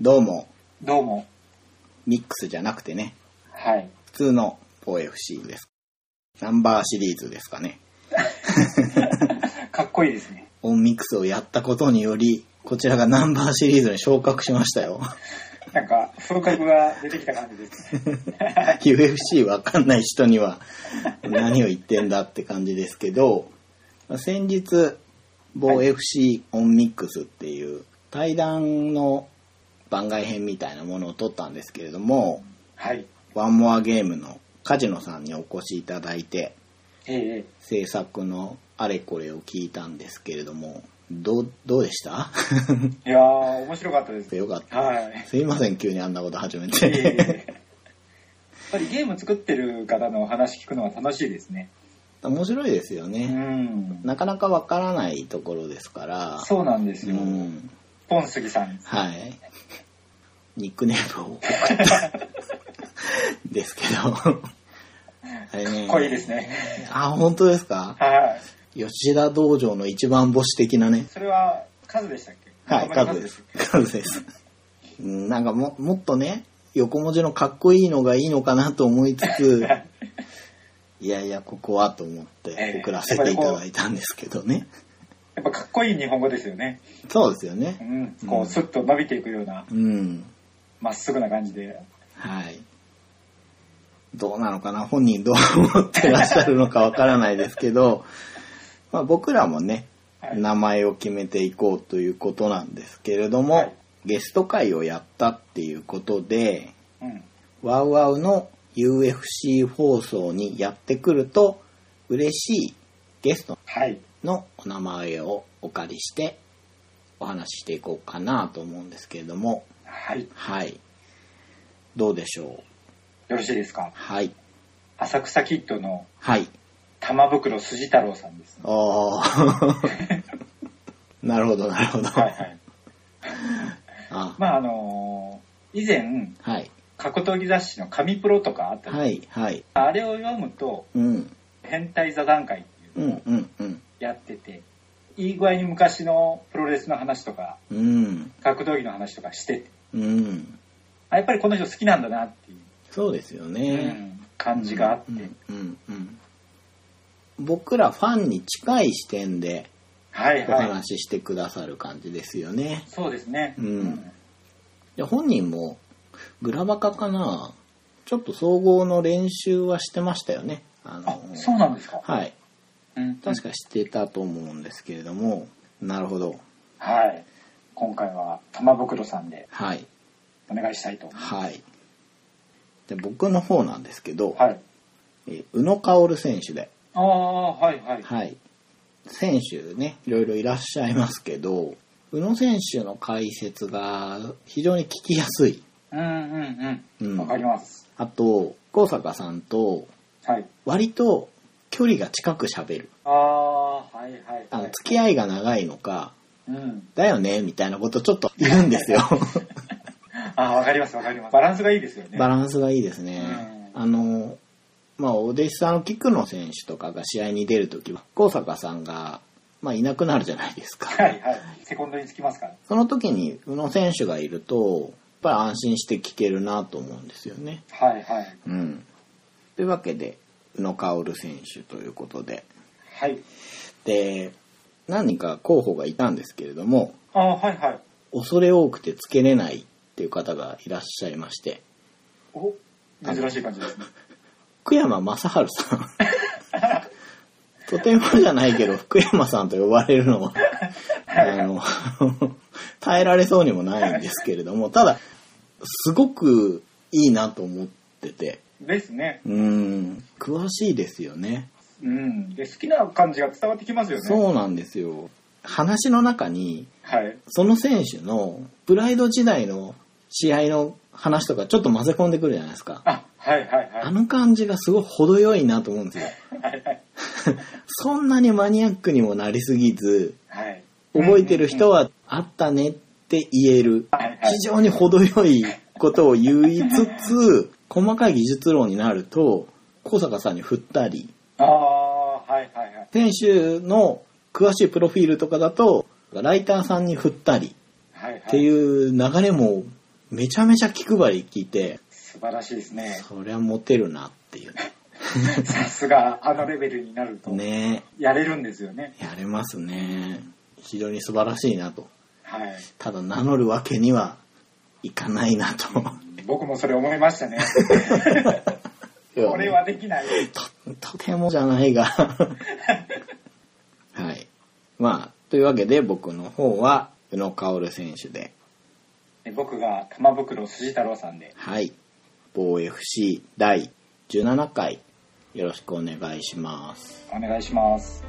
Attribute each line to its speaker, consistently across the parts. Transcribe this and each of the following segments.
Speaker 1: どうも、
Speaker 2: どうも。
Speaker 1: ミックスじゃなくてね、
Speaker 2: はい。
Speaker 1: 普通の 4FC です。ナンバーシリーズですかね。
Speaker 2: かっこいいですね。
Speaker 1: オンミックスをやったことにより、こちらがナンバーシリーズに昇格しましたよ。
Speaker 2: なんか、風格が出てきた感じですね。
Speaker 1: UFC わかんない人には何を言ってんだって感じですけど、まあ先日、某 FC オンミックスっていう対談の番外編みたいなものを撮ったんですけれども、
Speaker 2: はい。
Speaker 1: ワンモアゲームのカジノさんにお越しいただいて、
Speaker 2: ええ
Speaker 1: 制作のあれこれを聞いたんですけれども、どう、どうでした
Speaker 2: いやー、面白かったです。
Speaker 1: よかった。
Speaker 2: はい。
Speaker 1: すいません、急にあんなこと始め
Speaker 2: えええ
Speaker 1: て。
Speaker 2: えやっぱりゲーム作ってる方のお話聞くのは楽しいですね。
Speaker 1: 面白いですよ
Speaker 2: う
Speaker 1: ね。
Speaker 2: ん。
Speaker 1: なかなかわからないところですから。
Speaker 2: そうなんですよ。
Speaker 1: うん。
Speaker 2: ポンスギさん。
Speaker 1: はい。ニックネームを送 った。ですけど。あれね。
Speaker 2: 濃いですね。
Speaker 1: あ、本当ですか
Speaker 2: はい。
Speaker 1: 吉田道場の一番星的なね。
Speaker 2: それは、カズでしたっけ
Speaker 1: はい、
Speaker 2: 中
Speaker 1: カ
Speaker 2: 村
Speaker 1: ズです。。カズです。うんなんかも、もっとね、横文字のかっこいいのがいいのかなと思いつ つ、いやいや、ここはと思っ
Speaker 2: え
Speaker 1: て
Speaker 2: え
Speaker 1: 送らせていただいたんですけどね。
Speaker 2: やっぱかっこいい日本語ですよね。
Speaker 1: そうですよ
Speaker 2: う
Speaker 1: ね。
Speaker 2: ん。こう、スッと伸びていくような、
Speaker 1: うん。
Speaker 2: まっすぐな感じで。
Speaker 1: はい。どうなのかな本人どう思ってらっしゃるのかわからないですけ ど、まあ僕らもね、
Speaker 2: はい
Speaker 1: 名前を決めていこうということなんですけれども、
Speaker 2: はい
Speaker 1: ゲスト会をやったっていうことで、
Speaker 2: うん。
Speaker 1: ワウワウの UFC 放送にやってくると嬉しいゲスト
Speaker 2: はい。
Speaker 1: のお名前をお借りしてお話ししていこうかなと思うんですけれども、
Speaker 2: はい。よ
Speaker 1: はい。どうでしょう
Speaker 2: ろしいですか
Speaker 1: はい。
Speaker 2: 浅草キッドの
Speaker 1: はい。
Speaker 2: 玉袋筋太郎さ んです、ね。
Speaker 1: ああ。 なるほど、なるほど。
Speaker 2: はいはい。
Speaker 1: あ
Speaker 2: まああのー以前、
Speaker 1: はい。
Speaker 2: 格闘技雑誌の紙プロとかあった、
Speaker 1: はい、はい。
Speaker 2: あれを読むと、
Speaker 1: うん。
Speaker 2: 変態座談会っ
Speaker 1: う、
Speaker 2: ていうん
Speaker 1: うん、うん。
Speaker 2: やってて、いい具合に昔のプロレスの話とか、
Speaker 1: うん。
Speaker 2: 格闘技の話とかしてて、
Speaker 1: うん。
Speaker 2: あやっぱりこの人好きなんだなっていう、
Speaker 1: そうですよね。
Speaker 2: うん感じがあって、
Speaker 1: うんうんうん僕らファンに近い視点で
Speaker 2: はい
Speaker 1: お
Speaker 2: はい。
Speaker 1: 話ししてくださる感じですよね、
Speaker 2: そうですね。
Speaker 1: うんで本人もグラバカかなちょっと総合の練習はしてましたよねあ
Speaker 2: あ
Speaker 1: の、
Speaker 2: そうなんですか。
Speaker 1: はい
Speaker 2: うん、
Speaker 1: 確かしてたと思うんですけれどもなるほど
Speaker 2: はい。今回は玉袋さんで
Speaker 1: はい
Speaker 2: お願いしたいと思います。
Speaker 1: はいで僕の方なんですけど、
Speaker 2: はい。
Speaker 1: え宇野薫選手で
Speaker 2: ああ、はいはい。
Speaker 1: はい。選手ね、いろいろいらっしゃいますけど、宇野選手の解説が非常に聞きやすい。
Speaker 2: うんうん
Speaker 1: う
Speaker 2: うん。
Speaker 1: ん
Speaker 2: わかります。
Speaker 1: あと、高坂さんと
Speaker 2: はい。
Speaker 1: 割と距離が近く喋る。
Speaker 2: ああ、はいはい
Speaker 1: あの、
Speaker 2: はい
Speaker 1: 付。き合いが長いのか、
Speaker 2: うん。
Speaker 1: だよねみたいなことち ょっと言うんですよ。
Speaker 2: ああ、わかりますわかります。バランスがいいですよね。
Speaker 1: バランスがいいですね。あの、まあ、お弟子さんの菊野選手とかが試合に出るときは、高坂さんが、まあ、いなくなるじゃないですか。
Speaker 2: はいはい。セコンドにつきますから。
Speaker 1: その時に宇野選手がいると、やっぱり安心して聞けるなと思うんですよね。
Speaker 2: はいはい。
Speaker 1: うん。というわけで、宇野薫選手ということで。
Speaker 2: はい。
Speaker 1: で、何人か候補がいたんですけれども、
Speaker 2: ああ、はいはい。
Speaker 1: 恐れ多くてつけれないっていう方がいらっしゃいまして、
Speaker 2: お珍しい感じですね。
Speaker 1: 福山雅治さん。とてもじゃないけど、福山さんと呼ばれるのは、あの、耐えられそうにもないんですけれども、ただ、すごくいいなと思ってて、
Speaker 2: ですね。
Speaker 1: うん、詳しいですよね。
Speaker 2: うん。で、好きな感じが伝わってきますよね。
Speaker 1: そうなんですよ。話の中に、
Speaker 2: はい。
Speaker 1: その選手のプライド時代の試合の話とかちょっと混ぜ込んでくるじゃないですか。
Speaker 2: あ、はいはいはい。
Speaker 1: あの感じがすごい程よいなと思うんですよ。
Speaker 2: はいはい。
Speaker 1: そんなにマニアックにもなりすぎず、
Speaker 2: はい。
Speaker 1: 覚えてる人
Speaker 2: は、
Speaker 1: はあったねって言える。
Speaker 2: はいはい
Speaker 1: 非。常に程よいことを言いつつ、細かい技術論になると、小坂さんに振ったり、
Speaker 2: ああ、はいはいはい。
Speaker 1: 選手の詳しいプロフィールとかだと、ライターさんに振ったり
Speaker 2: はいはい。
Speaker 1: っていう流れもめちゃめちゃ気配り聞いて、
Speaker 2: 素晴らしいですね。
Speaker 1: そりゃモテるなっていう。
Speaker 2: さすが、あのレベルになると、
Speaker 1: ね
Speaker 2: やれるんですよね。
Speaker 1: やれますね。非常に素晴らしいなと。
Speaker 2: はい。
Speaker 1: ただ名乗るわけにはいかないなと。
Speaker 2: 僕もそれ思いましたね。これはできない。
Speaker 1: と、とてもじゃない が。はい。まあ、というわけで僕の方は、宇野薫選手で、
Speaker 2: で僕が玉袋筋太郎さんで、
Speaker 1: はい。防 FC 第17回、よろしくお願いします。
Speaker 2: お願いします。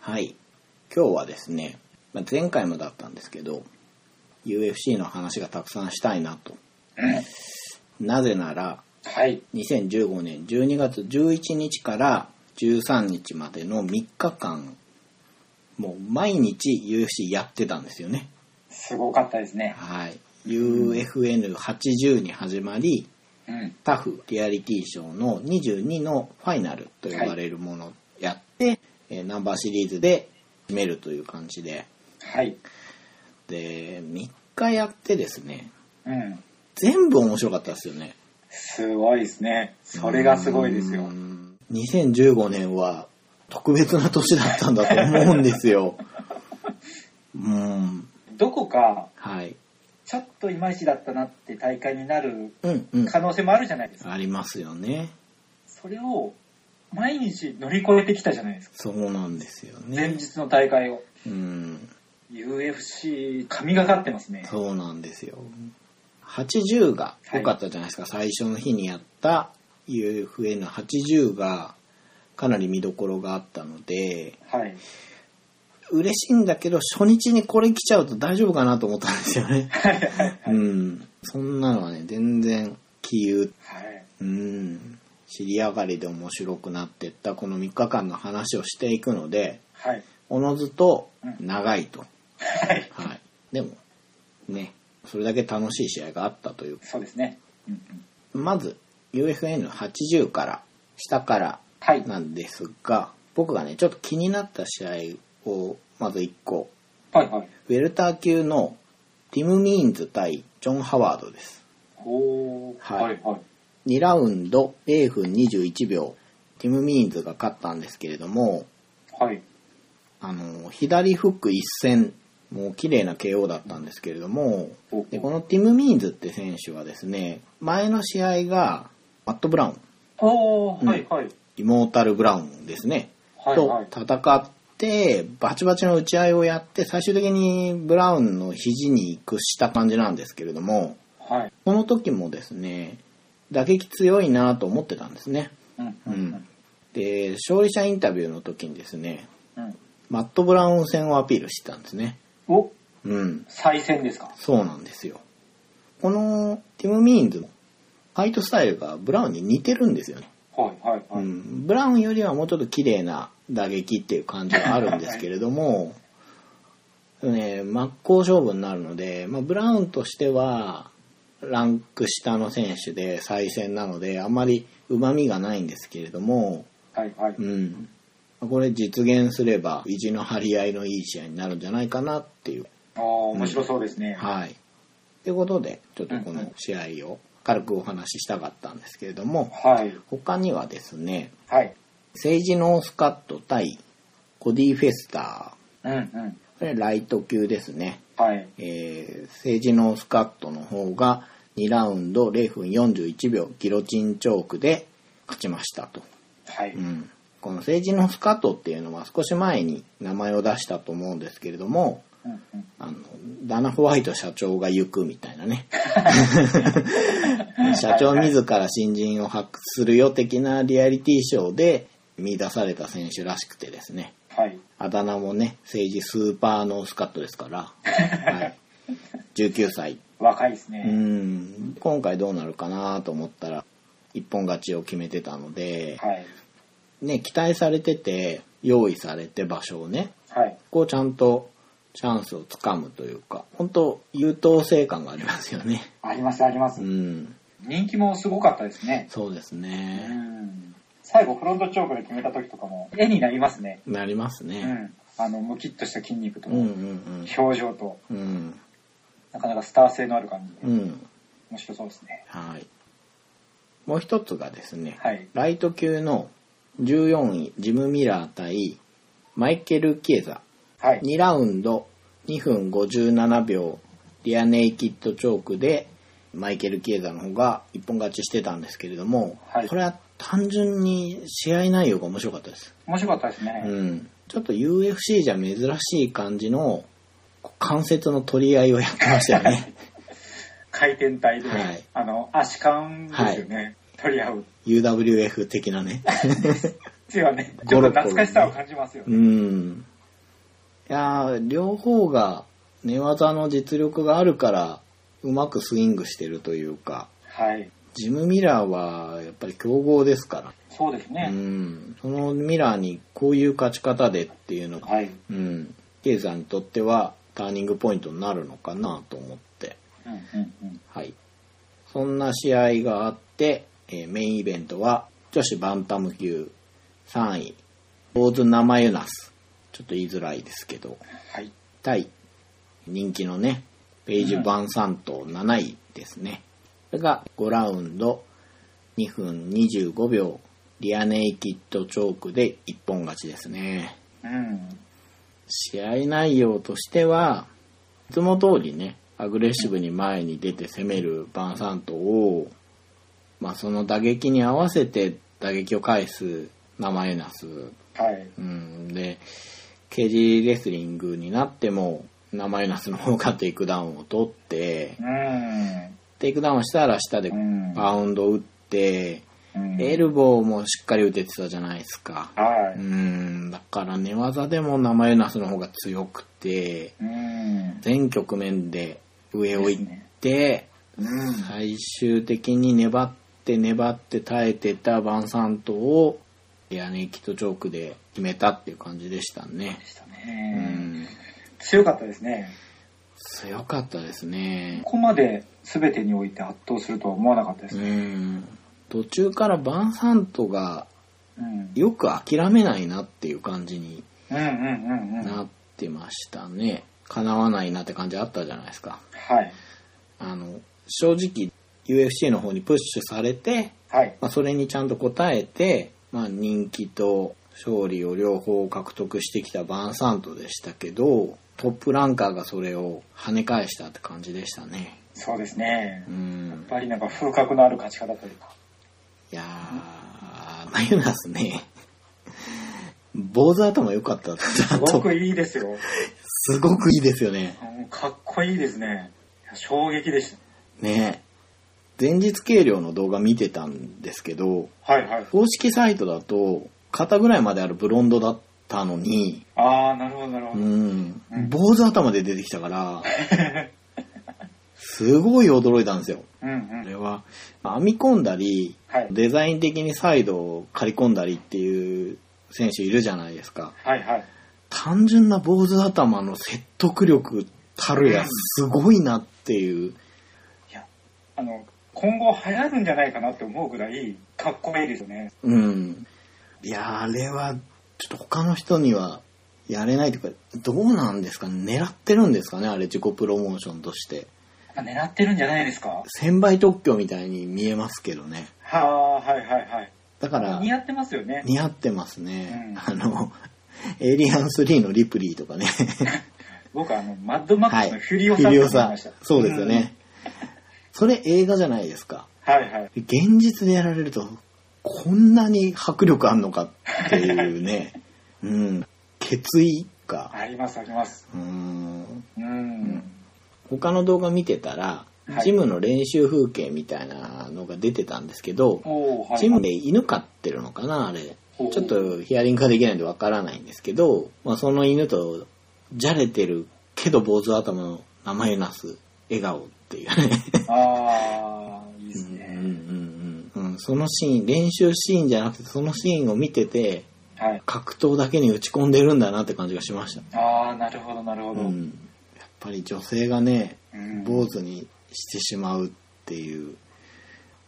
Speaker 1: はい。今日はですね、まあ前回もだったんですけど、UFC の話がたくさんしたいなと。なぜなら、
Speaker 2: はい。
Speaker 1: 2015年12月11日から13日までの3日間、もう毎日 UFC やってたんですよね。
Speaker 2: すごかったですね。
Speaker 1: はい。UFN80 に始まり、
Speaker 2: うん。
Speaker 1: タフリアリティショーの22のファイナルと呼ばれるものをやって、えーナンバーシリーズで締めるという感じで、
Speaker 2: はい。
Speaker 1: で、3日やってですね、
Speaker 2: うん。
Speaker 1: 全部面白かったですよね。
Speaker 2: すごいですね。それがすごいです
Speaker 1: う
Speaker 2: よ。
Speaker 1: ん2015年は特別な年だったんだと思うんです よ。うん。
Speaker 2: どこか、
Speaker 1: はい。
Speaker 2: ちょっといまいちだったなって大会になる
Speaker 1: うんうん。
Speaker 2: 可能性もあるじゃないですか。
Speaker 1: ありますよね。
Speaker 2: それを、毎日乗り越えてきたじゃないですか。
Speaker 1: そうなんですよね。
Speaker 2: 前日の大会を。
Speaker 1: うん。
Speaker 2: UFC、神がかってますね。
Speaker 1: そうなんですよ。80が良かったじゃないですか。最初の日にやった UFN80 がかなり見どころがあったので、
Speaker 2: はい。
Speaker 1: 嬉しいんだけど初日にこれ来ちゃうと大丈夫かなと思ったんですよね。うん。そんなのはね、全然気憂
Speaker 2: はい。
Speaker 1: うん。尻上がりで面白くなってったこの3日間の話をしていくので、
Speaker 2: はい。
Speaker 1: おのずと
Speaker 2: うん
Speaker 1: 長いと。
Speaker 2: はい。
Speaker 1: はい。でも、ね、それだけ楽しい試合があったという。
Speaker 2: そうですね。うんうん
Speaker 1: まず、UFN80 から、下から
Speaker 2: はい。
Speaker 1: なんですが、僕がね、ちょっと気になった試合を、まず1個。
Speaker 2: はいはい。
Speaker 1: ウェルター級のティム・ミーンズ対ジョン・ハワードです。
Speaker 2: おー。
Speaker 1: はい
Speaker 2: はいはい。
Speaker 1: 2ラウンド0分21秒ティム・ミーンズが勝ったんですけれども
Speaker 2: はい。
Speaker 1: あの左フック一戦もう綺麗な KO だったんですけれども
Speaker 2: お
Speaker 1: でこのティム・ミーンズって選手はですね前の試合がマット・ブラウン
Speaker 2: おー。はいはい。
Speaker 1: イモータル・ブラウンですね、
Speaker 2: はいはい。
Speaker 1: と戦ってバチバチの打ち合いをやって最終的にブラウンの肘に屈した感じなんですけれども
Speaker 2: はい。
Speaker 1: この時もですね打撃強いなと思ってたんですね
Speaker 2: うん
Speaker 1: う
Speaker 2: うんん
Speaker 1: で勝利者インタビューの時にですね
Speaker 2: うん。うん
Speaker 1: マット・ブラウン戦をアピールしてたんですね
Speaker 2: お、
Speaker 1: うん
Speaker 2: 再戦ですか。
Speaker 1: そうなんですよこのティム・ミーンズのファイトスタイルがブラウンに似てるんですよね、
Speaker 2: はいはいうはい。
Speaker 1: ん、ブラウンよりはもうちょっと綺麗な打撃っていう感じはあるんですけれども、 ね、真っ向勝負になるので、まあ、ブラウンとしてはランク下の選手で再戦なのであまりうまみがないんですけれども
Speaker 2: はいはい。
Speaker 1: うん、これ実現すれば意地の張り合いのいい試合になるんじゃないかなっていう。
Speaker 2: あー、面白そうですね。
Speaker 1: はい。ということで、ちょっとこ
Speaker 2: うんう
Speaker 1: の
Speaker 2: ん
Speaker 1: 試合を軽くお話ししたかったんですけれども、
Speaker 2: はい。
Speaker 1: 他にはですね、
Speaker 2: はい。
Speaker 1: 政治のオスカット対コディ・フェスタ
Speaker 2: うんうん。
Speaker 1: ー、これライト級ですね。
Speaker 2: はい。
Speaker 1: えー、政治のオスカットの方が2ラウンド0分41秒ギロチンチョークで勝ちましたと。。
Speaker 2: はいう
Speaker 1: ん、この政治のスカートっていうのは少し前に名前を出したと思うんですけれども
Speaker 2: うんうん
Speaker 1: あのダナ・ホワイト社長が行くみたいなね社長自ら新人を発掘するよ的なリアリティショーで見出された選手らしくてですね。
Speaker 2: はい。
Speaker 1: あだ名もね、政治スーパーノースカットですから。はい。19歳。
Speaker 2: 若いです
Speaker 1: う
Speaker 2: ね。
Speaker 1: ん。今回どうなるかなと思ったら、一本勝ちを決めてたので、
Speaker 2: はい。
Speaker 1: ね、期待されてて、用意されて場所をね、
Speaker 2: はい。
Speaker 1: こうちゃんとチャンスをつかむというか、本当優等生感がありますよね。
Speaker 2: あります、ありま
Speaker 1: う
Speaker 2: す。
Speaker 1: ん。
Speaker 2: 人気もすごかったですね。
Speaker 1: そうです
Speaker 2: う
Speaker 1: ね。
Speaker 2: ん。最後、フロントチョークで決めた時とかも、絵になりますね。
Speaker 1: なります
Speaker 2: う
Speaker 1: ね。
Speaker 2: ん。あの、ムキッとした筋肉と、
Speaker 1: うんう
Speaker 2: 表
Speaker 1: ん
Speaker 2: 情と、
Speaker 1: うん。うん。
Speaker 2: なかなかスター性のある感
Speaker 1: う
Speaker 2: じで、
Speaker 1: ん。
Speaker 2: 面白そうですね。
Speaker 1: はい。もう一つがですね、
Speaker 2: はい。
Speaker 1: ライト級の14位ジム・ミラー対マイケル・キエザ
Speaker 2: はい。
Speaker 1: 2ラウンド2分57秒リアネイキッドチョークでマイケル・キエザの方が一本勝ちしてたんですけれども、
Speaker 2: はい
Speaker 1: これは単純に試合内容が面白かったです、
Speaker 2: 面白かったですね。
Speaker 1: うん、ちょっと UFC じゃ珍しい感じのこう関節の取り合いをやってましたよ ね
Speaker 2: 回転体で、
Speaker 1: はい
Speaker 2: あの、足感ですよね。取り合う。
Speaker 1: UWF 的なね
Speaker 2: っていうのはね、ち
Speaker 1: ゴ
Speaker 2: ょっ
Speaker 1: ロ
Speaker 2: と
Speaker 1: ゴロ
Speaker 2: 懐かしさを感じますよね。
Speaker 1: うん。いやー両方が寝技の実力があるから、うまくスイングしてるというか、
Speaker 2: はい。
Speaker 1: ジム・ミラーはやっぱり強豪ですか
Speaker 2: そうです
Speaker 1: ら、う
Speaker 2: ね。
Speaker 1: ん。そのミラーにこういう勝ち方でっていうのが、
Speaker 2: はい。
Speaker 1: うん。ケイさんにとってはターニングポイントになるのかなと思って、
Speaker 2: うんうんうん。
Speaker 1: はい。そんな試合があって、えーメインイベントは女子バンタム級3位、坊主生ユナス。ちょっと言いづらいですけど、
Speaker 2: はい。
Speaker 1: 対人気のね、ページ・バンサント7位ですね。これが5ラウンド2分25秒、リアネイキッドチョークで一本勝ちですね。
Speaker 2: うん。
Speaker 1: 試合内容としては、いつも通りね、アグレッシブに前に出て攻めるバンサントを、まあその打撃に合わせて打撃を返す生エナス
Speaker 2: はい。
Speaker 1: うん、で、ケージレスリングになっても、名前なすの方がテイクダウンを取って
Speaker 2: う、ん。
Speaker 1: テイクダウンしたら下で
Speaker 2: うん
Speaker 1: パウンド打って、
Speaker 2: うん
Speaker 1: エルボーもしっかり打ててたじゃないですか。
Speaker 2: は
Speaker 1: う
Speaker 2: い。
Speaker 1: ん、だから寝技でも名前なすの方が強くて、
Speaker 2: うん。
Speaker 1: 全局面で上を行って、
Speaker 2: うん。
Speaker 1: 最終的に粘って粘って耐えてたバンサントを、屋根キとチョークで決めたっていう感じでしたね
Speaker 2: で。した
Speaker 1: う
Speaker 2: ね。
Speaker 1: ん
Speaker 2: 強かったですね。
Speaker 1: 強かったですね
Speaker 2: こ。こまで全てにおいて圧倒するとは思わなかったで
Speaker 1: う
Speaker 2: す。
Speaker 1: ん。途中からバンサントが
Speaker 2: うん。
Speaker 1: よく諦めないなっていう感じに
Speaker 2: うんうんうんうん。
Speaker 1: なってましたね。叶わないなって感じあったじゃないですか。
Speaker 2: はい。
Speaker 1: あの、正直 UFC の方にプッシュされて、
Speaker 2: はい。
Speaker 1: まあ、それにちゃんと応えて、まあ、人気と勝利を両方獲得してきたバンサントでしたけど、トップランカーがそれを跳ね返したって感じでしたね。
Speaker 2: そうですね
Speaker 1: う。
Speaker 2: や
Speaker 1: ん
Speaker 2: っ。ぱりなんか風格のある勝ち方という か。
Speaker 1: いやー、マユナスね、坊主頭良かったな
Speaker 2: すご
Speaker 1: と。
Speaker 2: くいいですよ。
Speaker 1: すごくいいですよね。
Speaker 2: うんかっこいいですね。いや衝撃でし
Speaker 1: ね前日計量の動画見てたんですけど、
Speaker 2: た。はいはい。
Speaker 1: 公式サイトだと、肩ぐらいまであるブロンドだったのに、
Speaker 2: ああ、なるほどなるほ
Speaker 1: う
Speaker 2: ど。
Speaker 1: ん
Speaker 2: う、ん
Speaker 1: 坊主頭で出てきた から、すごい驚いたんですよ。
Speaker 2: うんう
Speaker 1: あれ
Speaker 2: ん。
Speaker 1: は、編み込んだり、
Speaker 2: はい。
Speaker 1: デザイン的にサイドを刈り込んだりっていう選手いるじゃないですか。
Speaker 2: はいはい。
Speaker 1: 単純な坊主頭の説得力たるやすごいなっていう、
Speaker 2: いや、あの、今後流行るんじゃないかなって思うぐらい、かっこいいですよね。
Speaker 1: うん。いやー、あれは、ちょっと他の人にはやれないというか、どうなんですかね狙ってるんですかねあれ、自己プロモーションとして。
Speaker 2: 狙ってるんじゃないですか
Speaker 1: 千倍特許みたいに見えますけどね。
Speaker 2: はあ、はいはいはい。
Speaker 1: だから、
Speaker 2: 似合ってますよね。
Speaker 1: 似合ってますね。
Speaker 2: う
Speaker 1: あの、エイリアン3のリプリーとか ね。
Speaker 2: 僕あの、マッドマックスのフュリオ
Speaker 1: フ
Speaker 2: さ
Speaker 1: ィ
Speaker 2: ん
Speaker 1: リ
Speaker 2: と
Speaker 1: オ
Speaker 2: 思い
Speaker 1: さ
Speaker 2: ま
Speaker 1: ん
Speaker 2: した。。
Speaker 1: そうですよね。それ映画じゃないですか。
Speaker 2: うん。はいはい。
Speaker 1: 現実でやられるとこんなに迫力あんのかっていうね、 うん、決意か
Speaker 2: ありますあります。
Speaker 1: うん
Speaker 2: うん。
Speaker 1: 他の動画見てたら、
Speaker 2: はい
Speaker 1: ジムの練習風景みたいなのが出てたんですけど、
Speaker 2: おーはい、
Speaker 1: ジムで犬飼ってるのかなあれ
Speaker 2: ほう
Speaker 1: ちょっとヒアリングができないんでわからないんですけど、まあ、その犬とじゃれてるけど坊主頭の名前なす笑顔っていうね
Speaker 2: ああいいで
Speaker 1: う
Speaker 2: す
Speaker 1: ん
Speaker 2: ね、
Speaker 1: うんうんうんそのシーン練習シーンじゃなくてそのシーンを見てて
Speaker 2: はい
Speaker 1: 格闘だけに打ち込んでるんだなって感じがしました、
Speaker 2: ああなるほどなるほ
Speaker 1: う
Speaker 2: ど、
Speaker 1: ん、やっぱり女性がね
Speaker 2: うん
Speaker 1: 坊主にしてしまうっていう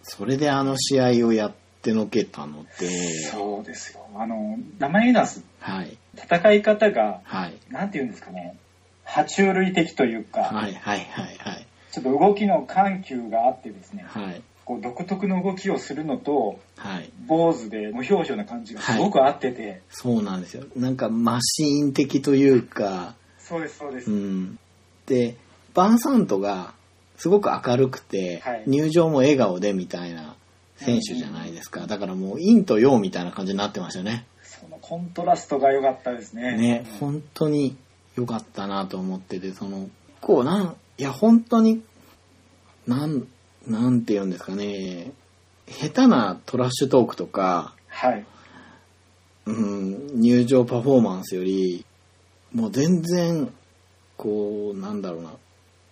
Speaker 1: それであの試合をやってのけたので
Speaker 2: そうですよあの名前ナス
Speaker 1: はい
Speaker 2: 戦い方が
Speaker 1: はい
Speaker 2: なんていうんですかね爬虫類的というか、
Speaker 1: はいはいはいはい
Speaker 2: ちょっと動きの緩急があってですね
Speaker 1: はい
Speaker 2: こう独特の動きをするのと
Speaker 1: はい
Speaker 2: 坊主で無表情な感じがすごく合ってて、
Speaker 1: そうなんですよなんかマシーン的というか
Speaker 2: そうですそうです、
Speaker 1: うん、でバンサントがすごく明るくて、
Speaker 2: はい
Speaker 1: 入場も笑顔でみたいな選手じゃないですか、だからもう陰と陽みたいな感じになってましたね
Speaker 2: そのコントラストが良かったですね
Speaker 1: ね、
Speaker 2: うん
Speaker 1: 本当に良かったなと思っててそのこうなんいや本当になんなんて言うんですかね下手なトラッシュトークとか
Speaker 2: はい
Speaker 1: うん、入場パフォーマンスよりもう全然こうなんだろうな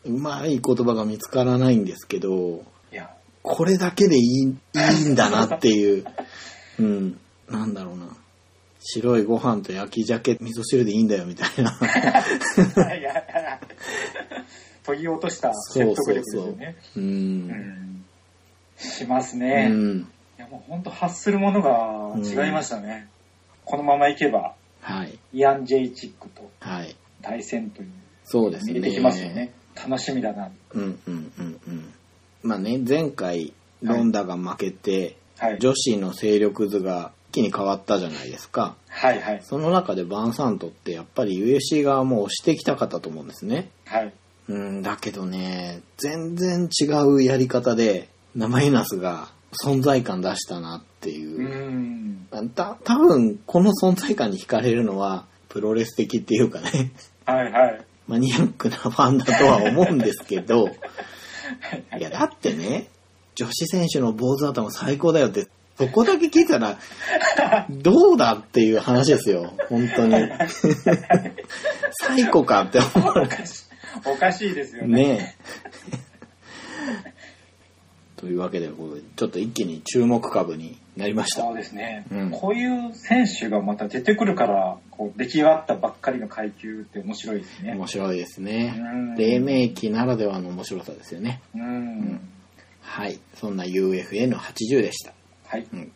Speaker 1: うまい言葉が見つからないんですけど
Speaker 2: いや
Speaker 1: これだけでいいいいんだなっていう、 うん、なんだろうな白いご飯と焼き鮭味噌汁でいいんだよみたい な
Speaker 2: いやいや研ぎ落とした説
Speaker 1: そう
Speaker 2: 得
Speaker 1: そう
Speaker 2: 力です
Speaker 1: そ
Speaker 2: よ
Speaker 1: う
Speaker 2: ね
Speaker 1: う、
Speaker 2: うんんします
Speaker 1: う
Speaker 2: ね、い
Speaker 1: ん、
Speaker 2: やもう本当発するものが違いましたね、このままいけば
Speaker 1: はい
Speaker 2: イアン・ジェイチックと
Speaker 1: はい
Speaker 2: 対戦という
Speaker 1: そうです
Speaker 2: 見
Speaker 1: ね
Speaker 2: えてきますよね楽しみだな
Speaker 1: うんうんうんうんまあね前回ロンダが負けて、
Speaker 2: はい
Speaker 1: 女子の勢力図が一気に変わったじゃないですか
Speaker 2: はいはい
Speaker 1: その中でバンサントってやっぱり UFC 側も押してきたかったと思うんですね
Speaker 2: はい
Speaker 1: うんだけどね全然違うやり方で生エナスが存在感出したなっていうう、
Speaker 2: ん
Speaker 1: た多分この存在感に惹かれるのはプロレス的っていうかね
Speaker 2: はいはい
Speaker 1: マニアックなファンだとは思うんですけどいやだってね女子選手の坊主頭最高だよってそこだけ聞いたらどうだっていう話ですよ本当に最高かって思
Speaker 2: おかしいおかしいですよ
Speaker 1: う
Speaker 2: ね
Speaker 1: ねえというわけでこれちょっと一気に注目株になりました
Speaker 2: そうですね、
Speaker 1: うん
Speaker 2: こういう選手がまた出てくるからこう出来上がったばっかりの階級って面白いですね
Speaker 1: 面白いですね
Speaker 2: うん
Speaker 1: 黎明期ならではの面白さですよね
Speaker 2: うん、
Speaker 1: はいそんな UFN80 でした
Speaker 2: はい
Speaker 1: うん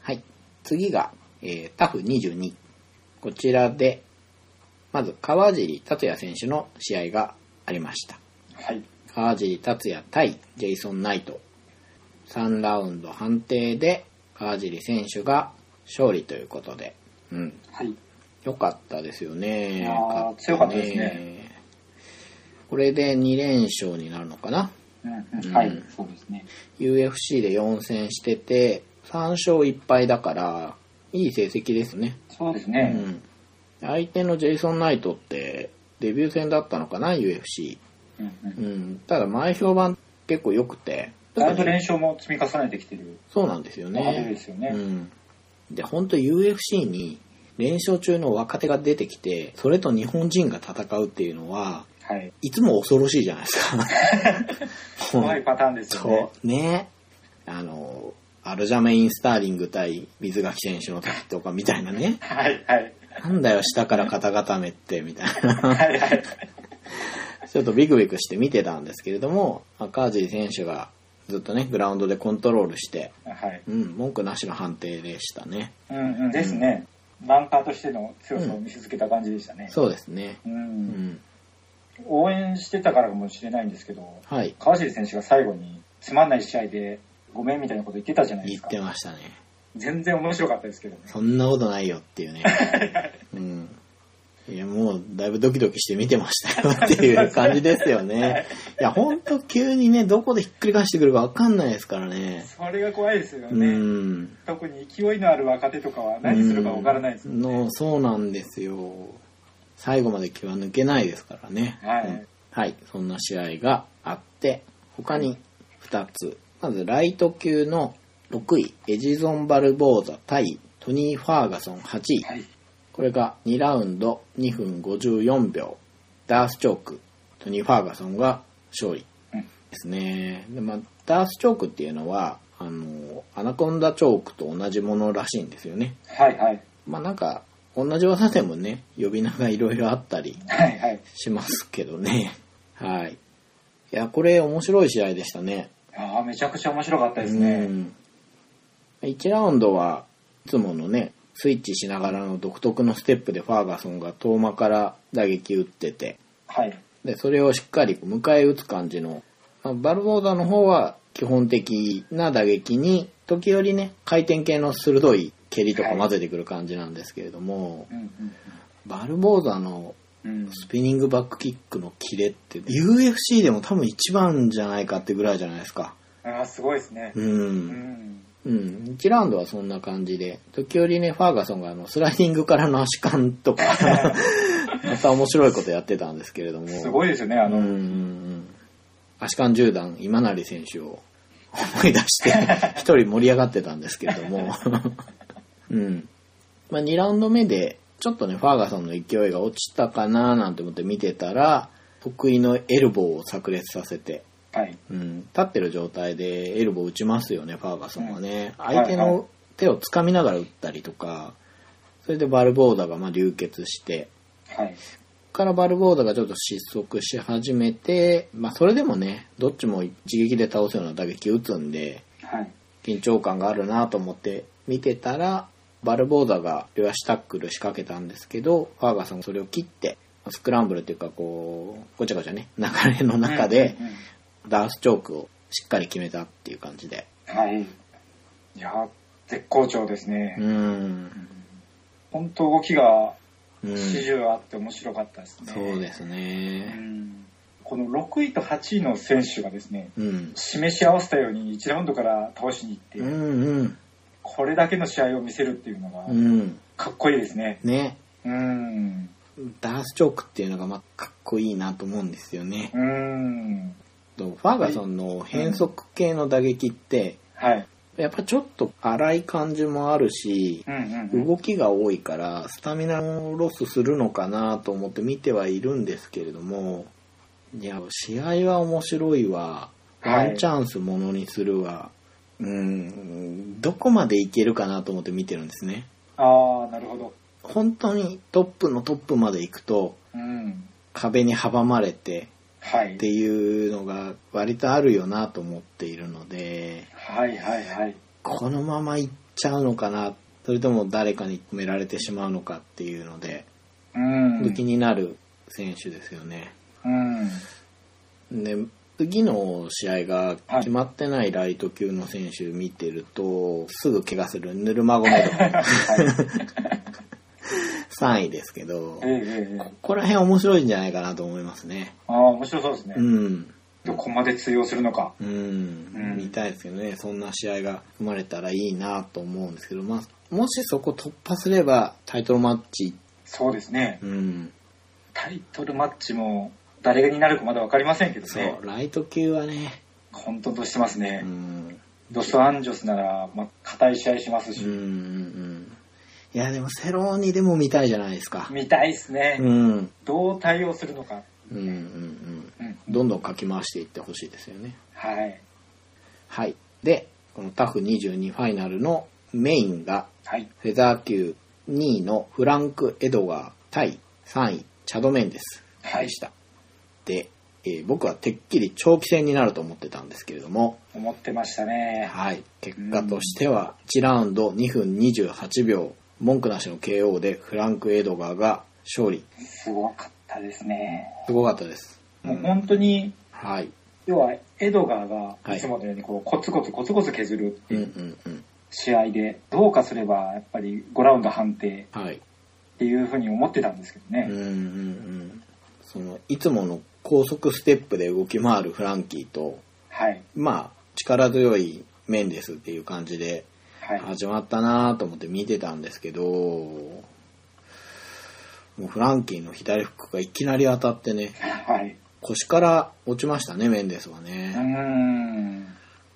Speaker 1: はい。次が、えータフ22。こちらで、まず川尻達也選手の試合がありました。
Speaker 2: はい
Speaker 1: 川尻達也対ジェイソン・ナイト。3ラウンド判定で川尻選手が勝利ということで。うん。
Speaker 2: はい
Speaker 1: 良かったですよね。
Speaker 2: いやー
Speaker 1: 勝
Speaker 2: 強かったですね。
Speaker 1: これで2連勝になるのかな
Speaker 2: うん
Speaker 1: う
Speaker 2: うんん、はいそうですね
Speaker 1: UFC で4戦してて3勝1敗だからいい成績ですね、
Speaker 2: そうです
Speaker 1: う
Speaker 2: ね、
Speaker 1: ん、相手のジェイソン・ナイトってデビュー戦だったのかな UFC、
Speaker 2: うんう
Speaker 1: うんん、ただ前評判結構良くて
Speaker 2: だいぶ練習も積み重ねてきてる
Speaker 1: そうなんですよ
Speaker 2: 若手で
Speaker 1: ね
Speaker 2: すよね、
Speaker 1: うん、で本当 UFC に連勝中の若手が出てきてそれと日本人が戦うっていうのは
Speaker 2: はい
Speaker 1: いつも恐ろしいじゃないですか
Speaker 2: 怖いパターンですよね
Speaker 1: そうねあのアルジャメイン・スターリング対水垣選手の時とかみたいなね
Speaker 2: はいはい
Speaker 1: なんだよ下から肩固めってみたい
Speaker 2: は
Speaker 1: ない
Speaker 2: はい
Speaker 1: ちょっとビクビクして見てたんですけれども赤尻選手がずっとねグラウンドでコントロールして、
Speaker 2: はい
Speaker 1: うん、文句なしの判定でしたね
Speaker 2: うんうんですね、ランカーとしての強さを見せつけた感じでしたね、
Speaker 1: そうですね
Speaker 2: う
Speaker 1: うんん
Speaker 2: 応援してたからかもしれないんですけど、
Speaker 1: はい
Speaker 2: 川尻選手が最後につまんない試合でごめんみたいなこと言ってたじゃないで
Speaker 1: 言
Speaker 2: す
Speaker 1: っ
Speaker 2: か
Speaker 1: て。ましたね
Speaker 2: 全然面白かったですけどね。
Speaker 1: そんなことないよっていう ね。うん。いや、もう、だいぶドキドキして見てましたよっていう感じですよね。いや、ほんと急にね、どこでひっくり返してくるかわかんないですからね。
Speaker 2: それが怖いですよ
Speaker 1: う
Speaker 2: ね。
Speaker 1: ん。
Speaker 2: 特に勢いのある若手とかは何するかわからないですもんね。
Speaker 1: の、そうなんですよ。最後まで気は抜けないですからね。
Speaker 2: はい
Speaker 1: うんはい、そんな試合があって、他に2つ。まず、ライト級の6位、エジゾン・バルボーザ対トニー・ファーガソン8位。
Speaker 2: はい。
Speaker 1: これが2ラウンド2分54秒。ダースチョーク、トニー・ファーガソンが勝利
Speaker 2: うん
Speaker 1: ですね。でまあ、ダースチョークっていうのは、あの、アナコンダチョークと同じものらしいんですよね。
Speaker 2: はいはい。
Speaker 1: まあなんか、同じ技でもね、呼び名がいろいろあったり
Speaker 2: はいはい。
Speaker 1: しますけどね。 はい。いや、これ面白い試合でしたね。
Speaker 2: ああ、めちゃくちゃ面白かったですね
Speaker 1: う。ん、1ラウンドはいつものねスイッチしながらの独特のステップでファーガソンが遠間から打撃打ってて
Speaker 2: はい。
Speaker 1: でそれをしっかり迎え撃つ感じの、まあバルボーダの方は基本的な打撃に時折ね回転系の鋭い蹴りとか混ぜてくる感じなんですけれども、
Speaker 2: うんうん
Speaker 1: バルボーダの
Speaker 2: うん。うん。
Speaker 1: スピニングバックキックのキレって UFC でも多分一番じゃないかってぐらいじゃないですか。
Speaker 2: ああ、すごいですね。
Speaker 1: うん
Speaker 2: うん。
Speaker 1: うん、1ラウンドはそんな感じで、時折ね、ファーガソンがあのスライディングからの足感と か、また面白いことやってたんですけれども、
Speaker 2: すごいですよね、あ
Speaker 1: うんうんう
Speaker 2: の、
Speaker 1: ん、足感10段、今成選手を思い出して、一人盛り上がってたんですけれども、 うんまあ、2ラウンド目で、ちょっとね、ファーガソンの勢いが落ちたかななんて思って見てたら、得意のエルボーを炸裂させて、
Speaker 2: はい。
Speaker 1: うん、立ってる状態でエルボー打ちますよね、ファーガソンはね。
Speaker 2: い
Speaker 1: 相手の手を掴みながら打ったりとか、それでバルボーダがまあ流血して、
Speaker 2: はい。
Speaker 1: そこからバルボーダがちょっと失速し始めて、まあそれでもね、どっちも一撃で倒すような打撃打つんで、
Speaker 2: はい。
Speaker 1: 緊張感があるなと思って見てたら、バルボーダが両足タックル仕掛けたんですけど、ファーガソンそれを切って、スクランブルっていうかこう、ごちゃごちゃね、流れの中で、
Speaker 2: うんうんうん
Speaker 1: ダースチョークをしっかり決めたっていう感じで。
Speaker 2: はい。いやー、絶好調ですね。
Speaker 1: うーん。
Speaker 2: 本当動きが
Speaker 1: うん、
Speaker 2: 四
Speaker 1: そ
Speaker 2: 十あって面白かったですね。
Speaker 1: うです
Speaker 2: う
Speaker 1: ね。
Speaker 2: んこの6位と8位の選手がですね、
Speaker 1: うん。
Speaker 2: 示し合わせたように1ラウンドから倒しに行って、
Speaker 1: うんうん。
Speaker 2: これだけの試合を見せるっていうの
Speaker 1: う
Speaker 2: が
Speaker 1: ん。
Speaker 2: かっこいいですね。
Speaker 1: ね。
Speaker 2: うん。
Speaker 1: ダースチョークっていうのがまあかっこいいなと思うんですよね。
Speaker 2: うん。
Speaker 1: とファーガソンの変則系の打撃って、
Speaker 2: はい。
Speaker 1: やっぱちょっと荒い感じもあるし
Speaker 2: う、んうんうん。
Speaker 1: 動きが多いから、スタミナをロスするのかなと思って見てはいるんですけれども、いや、試合は面白いわ。
Speaker 2: は
Speaker 1: ワ
Speaker 2: い
Speaker 1: ンチャンスものにするわ。うん、どこまでいけるかなと思って見てるんですね。
Speaker 2: ああ、なるほど。
Speaker 1: 本当にトップのトップまで行くと、
Speaker 2: うん。
Speaker 1: 壁に阻まれて
Speaker 2: はい
Speaker 1: って。いうのが割とあるよなと思っているので、
Speaker 2: はいはいはい。
Speaker 1: このまま行っちゃうのかな、それとも誰かに止められてしまうのかっていうので、
Speaker 2: うん。
Speaker 1: 気になる選手ですよね。
Speaker 2: うん。
Speaker 1: で次の試合が決まってないライト級の選手見てると、すぐ怪我するヌルマゴメドフ 3位ですけど
Speaker 2: ええ、ええええ
Speaker 1: ここら辺面白いんじゃないかなと思いますね。
Speaker 2: ああ、面白そうですね
Speaker 1: う。ん。
Speaker 2: どこまで通用するのか。
Speaker 1: うんん。見たいですけどね、そんな試合が生まれたらいいなと思うんですけど、まあ、もしそこ突破すればタイトルマッチ、
Speaker 2: そうですね。
Speaker 1: うん。
Speaker 2: タイトルマッチも誰になるかまだ分かりませんけど
Speaker 1: そ
Speaker 2: ね
Speaker 1: う、、ライト級はね、
Speaker 2: 混沌としてますね
Speaker 1: う、ん。
Speaker 2: ドス・アンジョスなら、まあ、硬い試合します
Speaker 1: うん
Speaker 2: し、
Speaker 1: うんうん。いや、でもセローニでも見たいじゃないですか。
Speaker 2: 見たいですね、
Speaker 1: うん。
Speaker 2: どう対応するのか、
Speaker 1: うんうんうん、
Speaker 2: うん、
Speaker 1: どんどんかき回していってほしいですよね。
Speaker 2: はい、
Speaker 1: はい。で、このタフ22ファイナルのメインが、
Speaker 2: はい、
Speaker 1: フェザー級2位のフランク・エドガー対3位、チャド・メンデス
Speaker 2: はい
Speaker 1: でした。で、えー僕はてっきり長期戦になると思ってたんですけれども、
Speaker 2: 思ってましたね、
Speaker 1: はい。結果としては、1ラウンド2分28秒、文句なしの KO でフランク・エドガーが勝利。
Speaker 2: すごかったですね、
Speaker 1: すごかったです。う
Speaker 2: もうん本当に、
Speaker 1: はい。
Speaker 2: 要はエドガー
Speaker 1: は
Speaker 2: が
Speaker 1: い
Speaker 2: いつものようにこうコツコツコツコツ削るって
Speaker 1: うんう
Speaker 2: いうん
Speaker 1: うん。
Speaker 2: 試合で、どうかすればやっぱり5ラウンド判定
Speaker 1: はい。
Speaker 2: っていうふうに思ってたんですけど
Speaker 1: うん
Speaker 2: ね、
Speaker 1: うんうんそのいつもの高速ステップで動き回るフランキーと
Speaker 2: はい、
Speaker 1: まあ力強いメンデスっていう感じで
Speaker 2: はい、
Speaker 1: 始まったなと思って見てたんですけどもうフランキーの左フックがいきなり当たってね
Speaker 2: はい、
Speaker 1: 腰から落ちましたねメンデスは
Speaker 2: うー
Speaker 1: ね
Speaker 2: ん。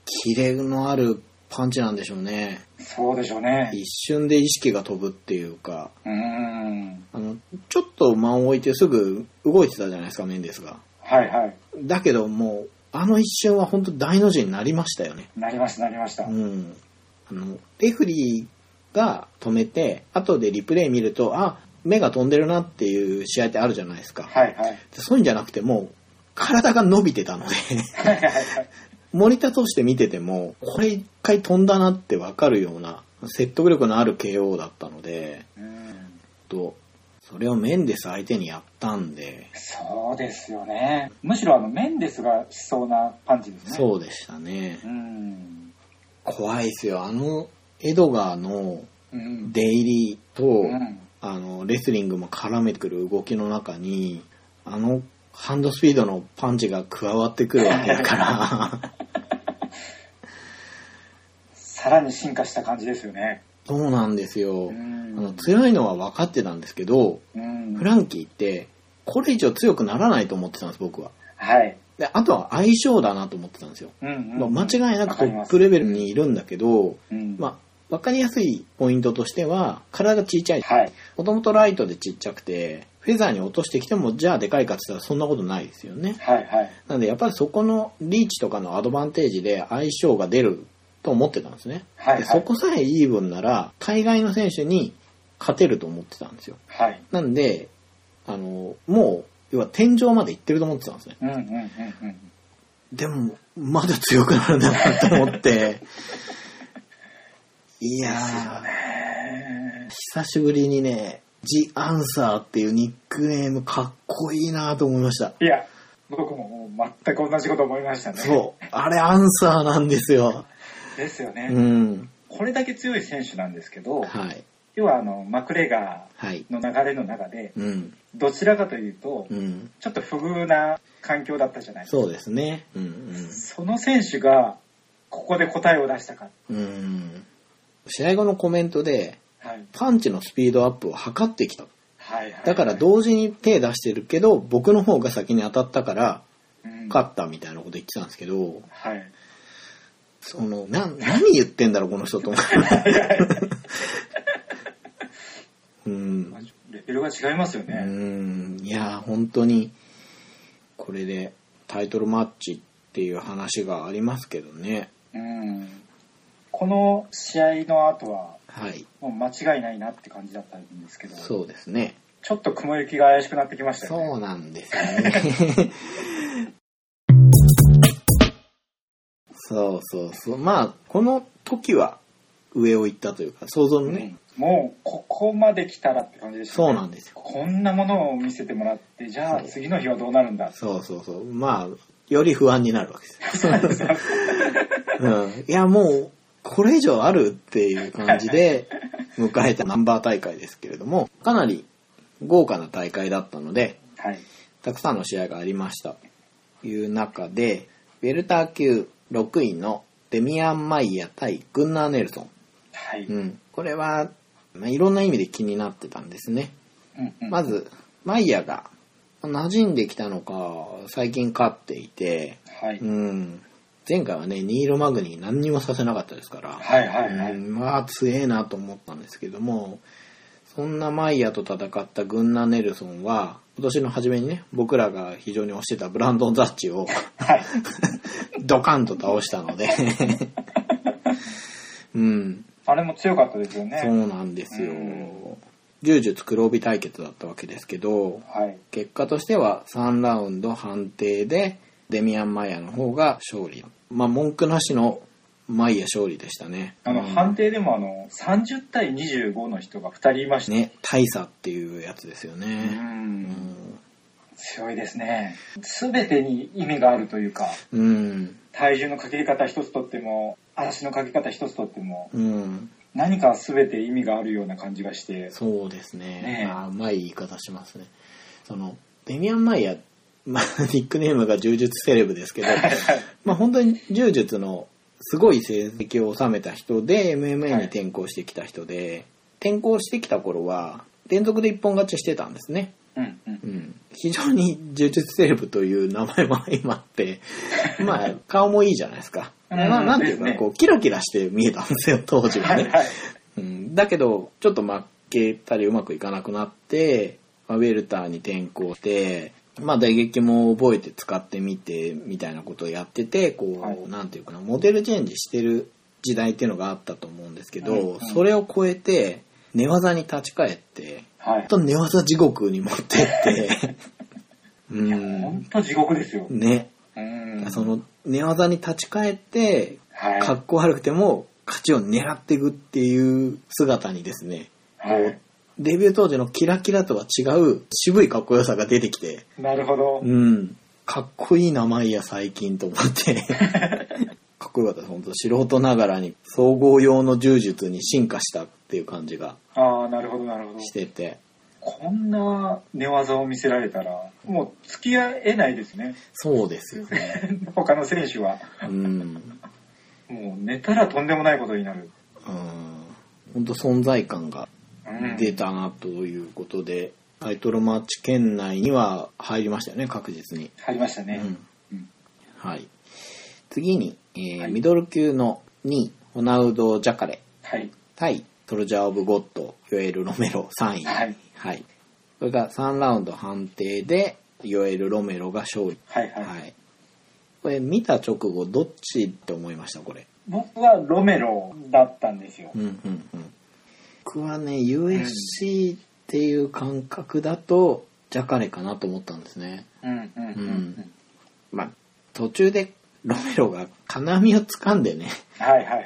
Speaker 1: キレのあるパンチなんでしょうね。
Speaker 2: そうでしょうね。
Speaker 1: 一瞬で意識が飛ぶっていうか、
Speaker 2: うーん。
Speaker 1: あの、ちょっと間を置いてすぐ動いてたじゃないですか、メンデスが。
Speaker 2: はいはい。
Speaker 1: だけどもう、あの一瞬は本当大の字になりましたよね。
Speaker 2: なりました、なりました。
Speaker 1: うん。あの、レフェリーが止めて、後でリプレイ見ると、あ、目が飛んでるなっていう試合ってあるじゃないですか。
Speaker 2: はいはい。
Speaker 1: でそういうんじゃなくてもう、体が伸びてたので、
Speaker 2: はいはいはい。
Speaker 1: モニター通して見てても、これ一回飛んだなってわかるような、説得力のある KO だったので、
Speaker 2: うーん
Speaker 1: と、それをメンデス相手にやったんで、
Speaker 2: そうですよね。むしろあの、メンデスがしそうなパンチですね。
Speaker 1: そうでしたね
Speaker 2: う。ん。
Speaker 1: 怖いですよ。あの、エドガーの
Speaker 2: うん。
Speaker 1: 出入りと、
Speaker 2: うん。
Speaker 1: あの、レスリングも絡めてくる動きの中に、あの、ハンドスピードのパンチが加わってくるわけだ から、
Speaker 2: さらに進化した感じですよね。
Speaker 1: そうなんですよ。
Speaker 2: う
Speaker 1: あの
Speaker 2: ん。
Speaker 1: 強いのは分かってたんですけど、
Speaker 2: うん
Speaker 1: フランキーって、これ以上強くならないと思ってたんです、僕は。
Speaker 2: はい。
Speaker 1: で、あとは相性だなと思ってたんですよ。
Speaker 2: うん
Speaker 1: まあ
Speaker 2: うん。
Speaker 1: 間違いなくト
Speaker 2: わかりま
Speaker 1: ッ
Speaker 2: す
Speaker 1: プレベルにいるんだけど、
Speaker 2: うん。
Speaker 1: まあ、分かりやすいポイントとしては、体がちっちゃい。
Speaker 2: はい。
Speaker 1: もともとライトでちっちゃくて、フェザーに落としてきても、じゃあでかいかって言ったらそんなことないですよね。
Speaker 2: はいはい。
Speaker 1: なんでやっぱりそこのリーチとかのアドバンテージで相性が出ると思ってたんですね。
Speaker 2: はいはい
Speaker 1: でそこさえイーブンなら、海外の選手に勝てると思ってたんですよ。
Speaker 2: はい。
Speaker 1: なんで、あの、もう、要は天井まで行ってると思ってたんですね。
Speaker 2: うんうんうんうん。
Speaker 1: でも、まだ強くなるんだなと思って、 いやー、久しぶりにね、ジ・アンサーっていうニックネームかっこいいなと思いました。
Speaker 2: いや、僕ももう全く同じこと思いましたね。
Speaker 1: そう、あれアンサーなんですよ。
Speaker 2: ですよね、
Speaker 1: うん。
Speaker 2: これだけ強い選手なんですけど、
Speaker 1: はい。
Speaker 2: 要はあのマクレガ
Speaker 1: はい。
Speaker 2: ーの流れの中で、
Speaker 1: うん。
Speaker 2: どちらかというと、
Speaker 1: うん。
Speaker 2: ちょっと不遇な環境だったじゃないですか。
Speaker 1: そうですね。うん
Speaker 2: その選手が、ここで答えを出したか。
Speaker 1: うん。うん。試合後のコメントで、
Speaker 2: はい。
Speaker 1: パンチのスピードアップを測ってきた。
Speaker 2: はい、はい。
Speaker 1: だから同時に手出してるけど、僕の方が先に当たったから、
Speaker 2: うん、
Speaker 1: 勝ったみたいなこと言ってたんですけど、
Speaker 2: はい。
Speaker 1: その、な、何言ってんだろう、この人と思って。うん。
Speaker 2: レベルが違いますよ
Speaker 1: う
Speaker 2: ね。
Speaker 1: ん。いやー、本当に、これでタイトルマッチっていう話がありますけどね。
Speaker 2: うん。この試合の後は、
Speaker 1: はい。
Speaker 2: もう間違いないなって感じだったんですけど、
Speaker 1: そうですね。
Speaker 2: ちょっと雲行きが怪しくなってきましたよね。
Speaker 1: そうなんですよね。そうそうそう。まあ、この時は上を行ったというか、想像のね、
Speaker 2: もうここまで来たらって感じでした、
Speaker 1: そう
Speaker 2: ね、
Speaker 1: なんですよ。
Speaker 2: こんなものを見せてもらってじゃあ
Speaker 1: そう
Speaker 2: 次の日はどうなるんだ
Speaker 1: そうそうそう。まあ、より不安になるわけですよ。うん、いや、もう、これ以上あるっていう感じで迎えたナンバー大会ですけれども、かなり豪華な大会だったので、
Speaker 2: はい
Speaker 1: たくさんの試合がありましたという中でウェルター級6位のデミアン・マイヤ対グンナー・ネルソン、
Speaker 2: はい、う
Speaker 1: うんん、これは、まあ、いろんな意味で気になってたんですね
Speaker 2: うん
Speaker 1: まずマイヤが馴染んできたのか最近勝っていて、
Speaker 2: はい、
Speaker 1: うん、前回はねニーロ・マグニー何にもさせなかったですから、
Speaker 2: はいはいはい、
Speaker 1: うん、まあ強えなと思ったんですけどもそんなマイヤと戦ったグンナ・ネルソンは今年の初めにね僕らが非常に推してたブランドン・ザッチを
Speaker 2: はい
Speaker 1: ドカンと倒したので うん
Speaker 2: あれも強かったですよね
Speaker 1: そうなんですよ
Speaker 2: うん
Speaker 1: 柔術黒帯対決だったわけですけど
Speaker 2: はい
Speaker 1: 結果としては3ラウンド判定でデミアン・マイヤの方が勝利まあ文句なしのマイヤ勝利でしたね
Speaker 2: あの、
Speaker 1: うん
Speaker 2: 判定でもあの30対25の人が2人いました、
Speaker 1: ね、大差っていうやつですよ
Speaker 2: う
Speaker 1: ね。
Speaker 2: ん強いですね全てに意味があるというか
Speaker 1: うん。
Speaker 2: 体重のかけ方一つとっても嵐のかけ方一つとっても
Speaker 1: うん。
Speaker 2: 何か全て意味があるような感じがして
Speaker 1: そうですね。
Speaker 2: ねえ
Speaker 1: あうまい言い方しますね。その、デミアン・マイヤー、 まあ、ニックネームが柔術セレブですけど、まあ本当に柔術のすごい成績を収めた人で、MMA に転向してきた人で、転向してきた頃は、連続で一本勝ちしてたんですね。
Speaker 2: うんうん
Speaker 1: うん。非常 に柔術セレブという名前も相まって、まあ、顔もいいじゃないですか。まあ、なんていうか、
Speaker 2: ですね
Speaker 1: こう、キラキラして見えたんですよ、当時は
Speaker 2: はい
Speaker 1: ね。
Speaker 2: はい。
Speaker 1: うん、だけど、ちょっと負けたりうまくいかなくなって、まあ、ウェルターに転向して、まあ、打撃も覚えて使ってみて、みたいなことをやってて、こう、
Speaker 2: はい
Speaker 1: なんていうかな、モデルチェンジしてる時代っていうのがあったと思うんですけど、
Speaker 2: はいはい
Speaker 1: それを超えて、寝技に立ち返って、
Speaker 2: はい
Speaker 1: 本。当寝技地獄に持ってって、う
Speaker 2: いや、ほん
Speaker 1: ん、
Speaker 2: と地獄ですよ。
Speaker 1: ね、
Speaker 2: うん。
Speaker 1: その、寝技に立ち返って、
Speaker 2: はい。
Speaker 1: かっこ悪くても勝ちを狙っていくっていう姿にですね、
Speaker 2: はい。
Speaker 1: デビュー当時のキラキラとは違う渋いかっこよさが出てきて、
Speaker 2: なるほど。
Speaker 1: うん、かっこいい名前や最近と思って、 かっこよかったです。本当素人ながらに総合用の柔術に進化したっていう感じが
Speaker 2: ああ、なるほど、なるほど。
Speaker 1: してて、
Speaker 2: こんな寝技を見せられたら、もう付き合えないですね。
Speaker 1: そうですよね。
Speaker 2: 他の選手は。
Speaker 1: うん。
Speaker 2: もう寝たらとんでもないことになる。
Speaker 1: うん本当存在感が
Speaker 2: うん、
Speaker 1: 出たなということで、タイトルマッチ圏内には入りましたよね、確実に。
Speaker 2: 入りましたね。うん
Speaker 1: はい。次に、えー
Speaker 2: はい
Speaker 1: ミドル級の2位、ホナウド・ジャカレ
Speaker 2: はい。
Speaker 1: 対トルジャー・オブ・ゴッド、ヨエル・ロメロ3位。
Speaker 2: はい。
Speaker 1: はい。これが3ラウンド判定で、ヨエル・ロメロが勝利。
Speaker 2: はいはい。
Speaker 1: はい。これ見た直後、どっちって思いました、これ。
Speaker 2: 僕はロメロだったんですよ。
Speaker 1: うんうんうん。僕はね、UFC っていう感覚だと、ジャカレかなと思ったんですね。
Speaker 2: うんうんうん。
Speaker 1: うんまあ、途中でロメロが金網を掴んでね、
Speaker 2: はいはいは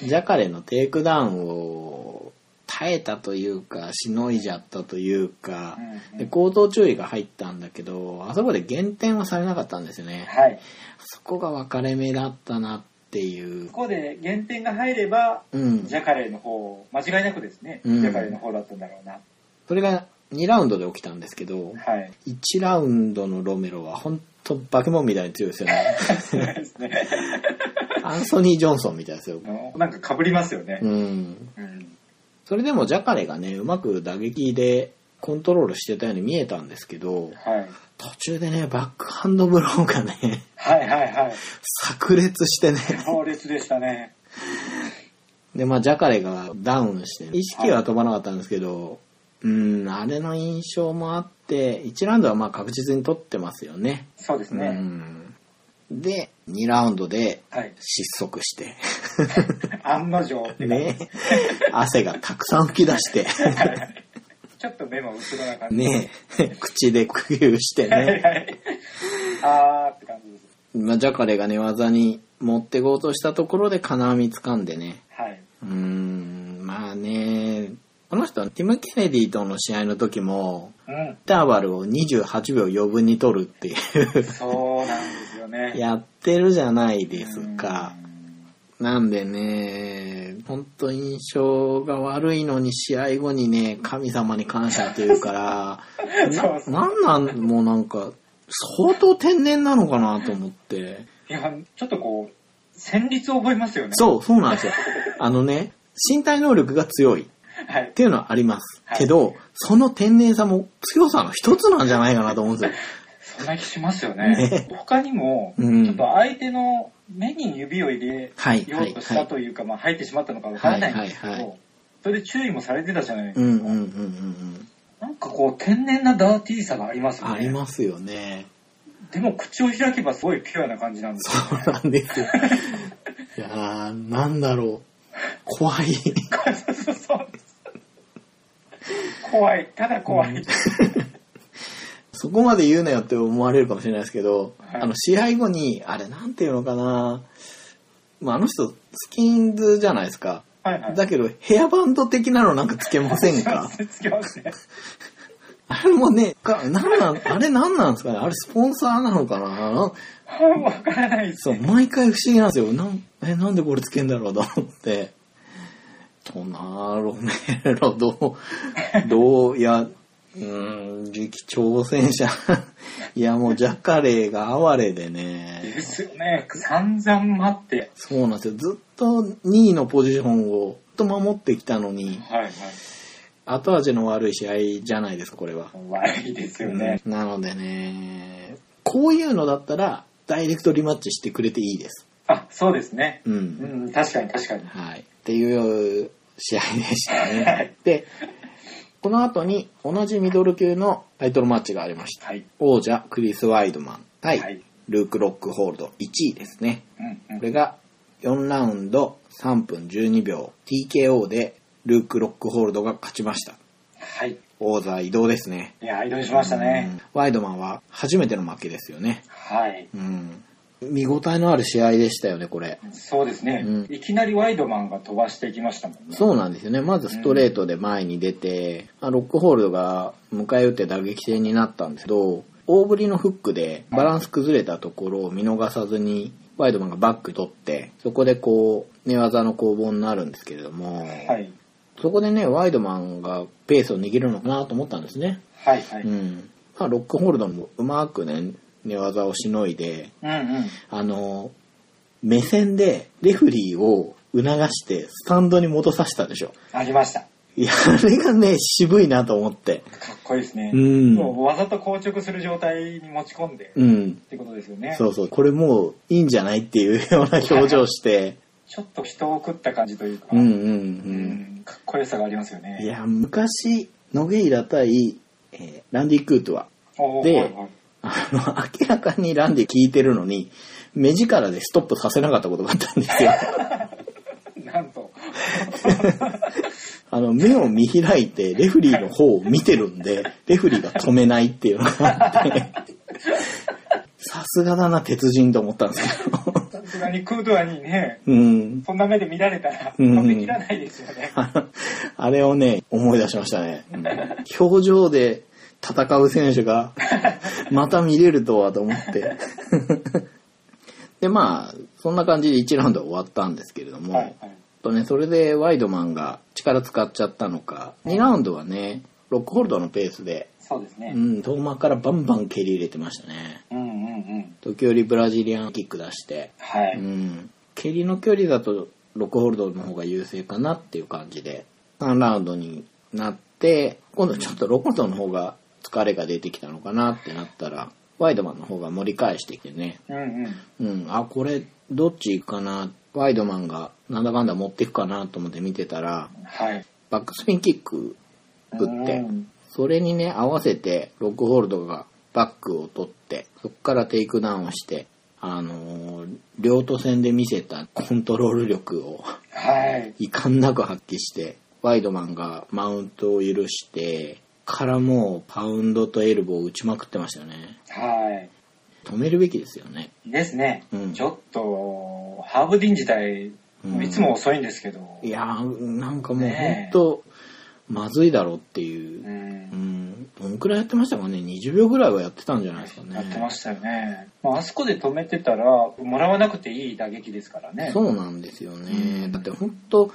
Speaker 2: い。
Speaker 1: ジャカレのテイクダウンを耐えたというか、しのいじゃったというか、
Speaker 2: うんう
Speaker 1: で
Speaker 2: ん
Speaker 1: 口頭注意が入ったんだけど、あそこで減点はされなかったんですよね。
Speaker 2: はい。
Speaker 1: そこが分かれ目だったなっていう
Speaker 2: こ。こで減点が入れば、
Speaker 1: うん
Speaker 2: ジ。ャカレーの方、間違いなくですね、
Speaker 1: うん
Speaker 2: ジャカレーの方だったんだろうな。
Speaker 1: それが2ラウンドで起きたんですけど、
Speaker 2: はい。
Speaker 1: 1ラウンドのロメロは本当バケモンみたいに強いですよね。
Speaker 2: そうですね。
Speaker 1: アンソニー・ジョンソンみたいですよ
Speaker 2: あ。のなんか被りますよね
Speaker 1: う。ん。
Speaker 2: うん。
Speaker 1: それでもジャカレがね、うまく打撃でコントロールしてたように見えたんですけど、
Speaker 2: はい。
Speaker 1: 途中でね、バックハンドブローがね、
Speaker 2: はいはいはい。
Speaker 1: 炸裂してね。
Speaker 2: 強烈でしたね。
Speaker 1: で、まあ、ジャカレがダウンして、意識は飛ばなかったんですけど、うん、あれの印象もあって、1ラウンドはまあ確実に取ってますよね。
Speaker 2: そうです
Speaker 1: う
Speaker 2: ね。
Speaker 1: ん。で、2ラウンドで
Speaker 2: はい。
Speaker 1: 失速して、
Speaker 2: 案の定って感じ
Speaker 1: ね、汗がたくさん吹き出して、
Speaker 2: ちょっと目も後ろな感じ。
Speaker 1: ね、口で呼吸して
Speaker 2: はい
Speaker 1: ね、
Speaker 2: はい。あーって感じです。
Speaker 1: まあ、ジャカレが寝技に持ってこうとしたところで金網掴んでね、
Speaker 2: はい。
Speaker 1: うーん、まあね、この人、ティム・ケネディとの試合の時も、
Speaker 2: う
Speaker 1: インターバルを28秒余分に取るっていう、
Speaker 2: ん。そうなんですよね。
Speaker 1: やってるじゃない
Speaker 2: うん
Speaker 1: ですか。。なんでね、ほんと印象が悪いのに試合後にね、神様に感謝っていう から、
Speaker 2: そうそう
Speaker 1: ななんなん、もうなんか、相当天然なのかなと思って。
Speaker 2: いや、ちょっとこう、戦慄を覚えますよね。
Speaker 1: そう、そうなんですよ。あのね、身体能力が強い。
Speaker 2: は
Speaker 1: っ
Speaker 2: い。
Speaker 1: ていうのはあります。
Speaker 2: はい
Speaker 1: けど、その天然さも強さの一つなんじゃないかなと思うんですよ。
Speaker 2: そんな気しますよね。他にも、
Speaker 1: うん
Speaker 2: ちょっと相手の目に指を入れ
Speaker 1: はい、
Speaker 2: よ
Speaker 1: は
Speaker 2: う
Speaker 1: い、
Speaker 2: とした
Speaker 1: はい。
Speaker 2: というか、まあ入ってしまったのかわからないんですけ
Speaker 1: はいはいは
Speaker 2: ど、それで注意もされてたじゃない
Speaker 1: うんうんうんうんうん。
Speaker 2: なんかこう、天然なダーティーさがありますよ
Speaker 1: あ
Speaker 2: ね。
Speaker 1: りますよね。
Speaker 2: でも口を開けばすごいピュアな感じなん ですよ。
Speaker 1: そうなんですよ。いやー、なんだろう。怖い。
Speaker 2: そうそうそう。怖い。ただ怖い。
Speaker 1: そこまで言うなよって思われるかもしれないですけど、
Speaker 2: はい
Speaker 1: あの、試合後に、あれなんていうのかな。まあ、あの人、スキンズじゃないですか。
Speaker 2: はいはい。
Speaker 1: だけど、ヘアバンド的なのなんかつけません か
Speaker 2: つけますね。
Speaker 1: あれもね、かなんなん、あれなんなんですかねあれスポンサーなのかなな
Speaker 2: わからないです
Speaker 1: そう、
Speaker 2: ね。
Speaker 1: 毎回不思議なんですよ。なん、え、なんでこれつけんだろうと思って。となロメロ、どう、どう、いや、うーん、次期挑戦者。いや、もうジャカレーが哀れで
Speaker 2: で
Speaker 1: ね。
Speaker 2: すよね。散々待って。
Speaker 1: そうなんですよ。ずっと2位のポジションをずっと守ってきたのに、
Speaker 2: はいはい。
Speaker 1: 後味の悪い試合じゃないですか、これは。
Speaker 2: 悪いですよね。
Speaker 1: うんなのでね、こういうのだったら、ダイレクトリマッチしてくれていいです。
Speaker 2: あ、そうですね。
Speaker 1: う。
Speaker 2: うんん、確かに確かに。
Speaker 1: はい。っていう試合でした
Speaker 2: は
Speaker 1: ね
Speaker 2: い。
Speaker 1: で、この後に同じミドル級のタイトルマッチがありました。
Speaker 2: はい。
Speaker 1: 王者クリス・ワイドマン対、
Speaker 2: はい
Speaker 1: ルーク・ロックホールド1位ですね。
Speaker 2: うんう
Speaker 1: こ
Speaker 2: ん。
Speaker 1: れが4ラウンド3分12秒 TKO でルーク・ロックホールドが勝ちました。
Speaker 2: はい。
Speaker 1: 王座移動ですね。
Speaker 2: いや、移動しましたね。
Speaker 1: うんワイドマンは初めての負けですよね。
Speaker 2: はい。
Speaker 1: うん。見応えのある試合でしたよね、これ。
Speaker 2: そうですね、
Speaker 1: うん
Speaker 2: いきなりワイドマンが飛ばしていきましたもんね。
Speaker 1: そうなんですよね。まずストレートで前に出て、あロックホールドが迎え撃って打撃戦になったんですけど、大振りのフックでバランス崩れたところを見逃さずに、ワイドマンがバック取って、そこでこう、寝技の攻防になるんですけれども、
Speaker 2: はい。
Speaker 1: そこでね、ワイドマンがペースを握るのかなと思ったんですね。
Speaker 2: はいはい。
Speaker 1: う
Speaker 2: うん
Speaker 1: ん。まあ、ロックホールドもうまくね、寝技をしのいで、
Speaker 2: うん。
Speaker 1: あの、目線でレフェリーを促してスタンドに戻させたでしょ。
Speaker 2: ありました。
Speaker 1: いや、あれがね、渋いなと思って。
Speaker 2: かっこいいですね。
Speaker 1: うん
Speaker 2: もうわざと硬直する状態に持ち込んで、
Speaker 1: うん。
Speaker 2: ってことですよね。
Speaker 1: そうそう。これもういいんじゃないっていうような表情して。
Speaker 2: ちょっと人を食った感じというか、
Speaker 1: うんうん
Speaker 2: う
Speaker 1: うん
Speaker 2: んかっこよさがありますよね。
Speaker 1: いや、昔、ノゲイラ対、えーランディ・クートは、
Speaker 2: おー
Speaker 1: で
Speaker 2: はいはい
Speaker 1: あの、明らかにランディ聞いてるのに、目力でストップさせなかったことがあったんですよ。
Speaker 2: なんと。
Speaker 1: あの、目を見開いて、レフリーの方を見てるんで、レフリーが止めないっていうのがあって、さすがだな、鉄人と思ったんですけど。
Speaker 2: さすがにクードアにね、
Speaker 1: うん。
Speaker 2: そんな目で見られたら、
Speaker 1: うん
Speaker 2: 飛び切らないですよね。
Speaker 1: あの あれをね、思い出しましたね。うん表情で戦う選手が、また見れるとはと思って。 で、まあ、そんな感じで1ラウンド終わったんですけれども、
Speaker 2: はいはい。
Speaker 1: とね、それでワイドマンが力使っちゃったのか、2ラウンドはね、ロックホールドのペースで、
Speaker 2: そうですね
Speaker 1: う。ん、遠間からバンバン蹴り入れてましたね。
Speaker 2: うんうんうん。
Speaker 1: 時折ブラジリアンキック出して、
Speaker 2: は
Speaker 1: う
Speaker 2: い。
Speaker 1: ん、蹴りの距離だとロックホールドの方が優勢かなっていう感じで、3ラウンドになって、今度ちょっとロックホールドの方が疲れが出てきたのかなってなったら、ワイドマンの方が盛り返してきてね、
Speaker 2: うんうん。
Speaker 1: うん、あ、これ、どっち行くかな、ワイドマンがなんだかんだ持っていくかなと思って見てたら、
Speaker 2: はい。
Speaker 1: バックスピンキック打って
Speaker 2: うん、
Speaker 1: それにね、合わせて、ロックホールドがバックを取って、そこからテイクダウンをして、あのー両都戦で見せたコントロール力を
Speaker 2: はい。
Speaker 1: 遺憾なく発揮して、ワイドマンがマウントを許して、からもうパウンドとエルボーを打ちまくってましたね。
Speaker 2: は
Speaker 1: 止めるべきですよね。
Speaker 2: い。ですね
Speaker 1: うん。
Speaker 2: ちょっと、ハーブディン自体
Speaker 1: うん、
Speaker 2: いつも遅いんですけど。
Speaker 1: いやー、なんかもう本
Speaker 2: ねえ。
Speaker 1: 当、まずいだろうっていうう。うんん、どんくらいやってましたかね ?20 秒ぐらいはやってたんじゃないですかね。
Speaker 2: やってましたよね。まあ、あそこで止めてたら、もらわなくていい打撃ですからね。
Speaker 1: そうなんですよね。
Speaker 2: うん
Speaker 1: だって本当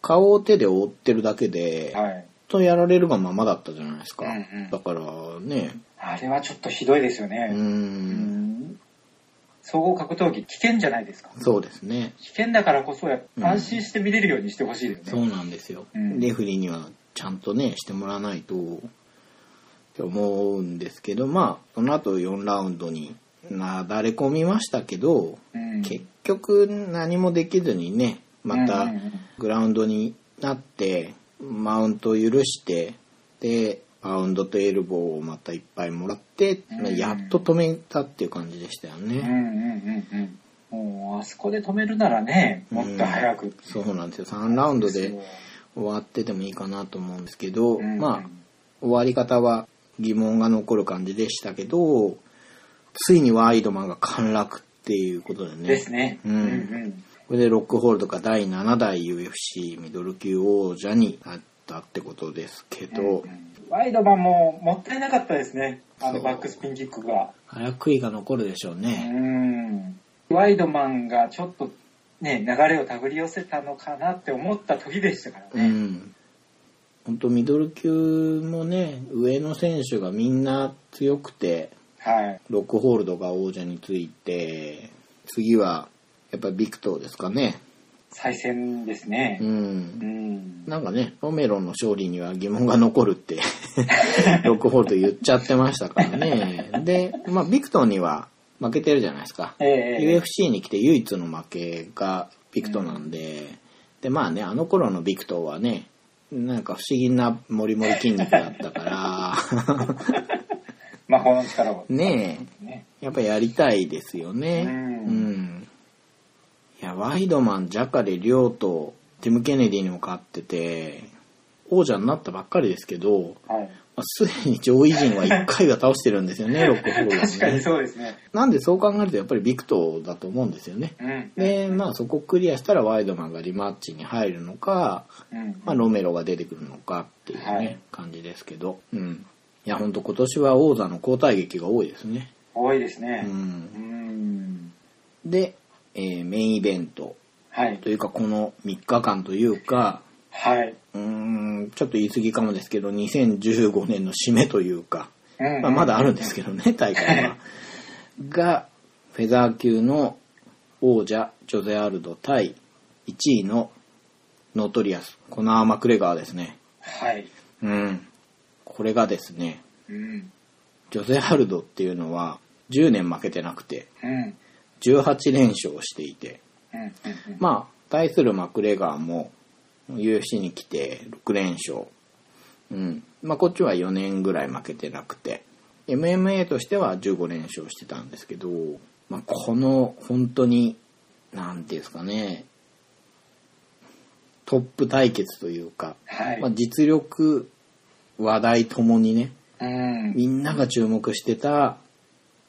Speaker 1: 顔を手で覆ってるだけで、本
Speaker 2: はい。
Speaker 1: 当やられるがままだったじゃないですか。
Speaker 2: うんうん
Speaker 1: だからね、
Speaker 2: あれはちょっとひどいですよ
Speaker 1: うー
Speaker 2: ね。
Speaker 1: ん、
Speaker 2: うん総合格闘技、危険じゃないですか。
Speaker 1: そうですね。
Speaker 2: 危険だからこそ、やっぱ
Speaker 1: うん
Speaker 2: 安心して見れるようにしてほしいです
Speaker 1: そ
Speaker 2: ね。
Speaker 1: うなんですよ。
Speaker 2: うん
Speaker 1: レフェリーにはちゃんとね、してもらわないと、って思うんですけど、まあ、その後4ラウンドになだれ込みましたけど、
Speaker 2: うん
Speaker 1: 結局何もできずにね、また、
Speaker 2: うんうんうん
Speaker 1: グラウンドになってマウントを許してでパウンドとエルボーをまたいっぱいもらって、
Speaker 2: うん
Speaker 1: やっと止めたっていう感じでしたよ
Speaker 2: うん
Speaker 1: ね、
Speaker 2: うんうんうん。もう、あそこで止めるならね、もっと早く。
Speaker 1: そうなんですよ3ラウンド
Speaker 2: そう
Speaker 1: で終わっててもいいかなと思うんですけど、
Speaker 2: うんうん
Speaker 1: まあ終わり方は疑問が残る感じでしたけどついにワイドマンが陥落っていうことでね
Speaker 2: ですね。
Speaker 1: うん
Speaker 2: うんうん
Speaker 1: これでロックホールドが第7代 UFC ミドル級王者になったってことですけど、
Speaker 2: ワイドマンももったいなかったですね。あ
Speaker 1: そ
Speaker 2: の
Speaker 1: う
Speaker 2: バックスピンキックが。
Speaker 1: あれは悔いが残るでしょう
Speaker 2: う
Speaker 1: ね。
Speaker 2: ん。ワイドマンがちょっとね、流れを手繰り寄せたのかなって思った時でしたから
Speaker 1: う
Speaker 2: ね。
Speaker 1: ん。本当ミドル級もね、上の選手がみんな強くて、
Speaker 2: はい。
Speaker 1: ロックホールドが王者について、次は、やっぱりビクトーですかね。
Speaker 2: 再戦ですね
Speaker 1: う。ん
Speaker 2: う。ん。
Speaker 1: なんかね、ロメロの勝利には疑問が残るって、 ロックホールド言っちゃってましたからね。で、まあ、ビクトーには、負けてるじゃないですか。
Speaker 2: ええ
Speaker 1: UFC に来て唯一の負けがビクトなんで、でまあねあの頃のビクトはねなんか不思議なモリモリ筋肉だったから
Speaker 2: 魔法の力を。
Speaker 1: ね
Speaker 2: ね。
Speaker 1: えやっぱやりたいですよね
Speaker 2: うん
Speaker 1: うんいやワイドマンジャカレリョウとティム・ケネディにも勝ってて王者になったばっかりですけど
Speaker 2: はい。
Speaker 1: まあすでに上位陣は1回は倒してるんですよねロックフォールは
Speaker 2: 確かに
Speaker 1: ね
Speaker 2: そうですね。
Speaker 1: なんでそう考えるとやっぱりビクトだと思うんですよね
Speaker 2: うん。
Speaker 1: で、まあそこクリアしたらワイドマンがリマッチに入るのか、
Speaker 2: うん。
Speaker 1: まあロメロが出てくるのかっていうね、
Speaker 2: はい
Speaker 1: 感じですけど。うん。いや、ほんと今年は王座の交代劇が多いですね。
Speaker 2: 多いです
Speaker 1: う。
Speaker 2: ね。うんん。
Speaker 1: で、えーメインイベント
Speaker 2: はい。
Speaker 1: というかこの3日間というか、
Speaker 2: はい。
Speaker 1: うーん、ちょっと言い過ぎかもですけど、2015年の締めというか、
Speaker 2: う ん
Speaker 1: まあ、まだあるんですけど ね、大会は。が、フェザー級の王者、ジョゼアルド対1位のノートリアス、コナー・マクレガーですね。
Speaker 2: はい。
Speaker 1: うん。これがですね、
Speaker 2: うん。
Speaker 1: ジョゼアルドっていうのは10年負けてなくて、
Speaker 2: うん。うん。
Speaker 1: 18連勝していて、
Speaker 2: うん。うん
Speaker 1: まあ、対するマクレガーも UFC に来て6連勝。うん。まあ、こっちは4年ぐらい負けてなくて、MMA としては15連勝してたんですけど、まあ、この本当に、なんていうんですかね、トップ対決というか、
Speaker 2: はい。
Speaker 1: まあ、実力、話題ともにね、
Speaker 2: うん。
Speaker 1: みんなが注目してた、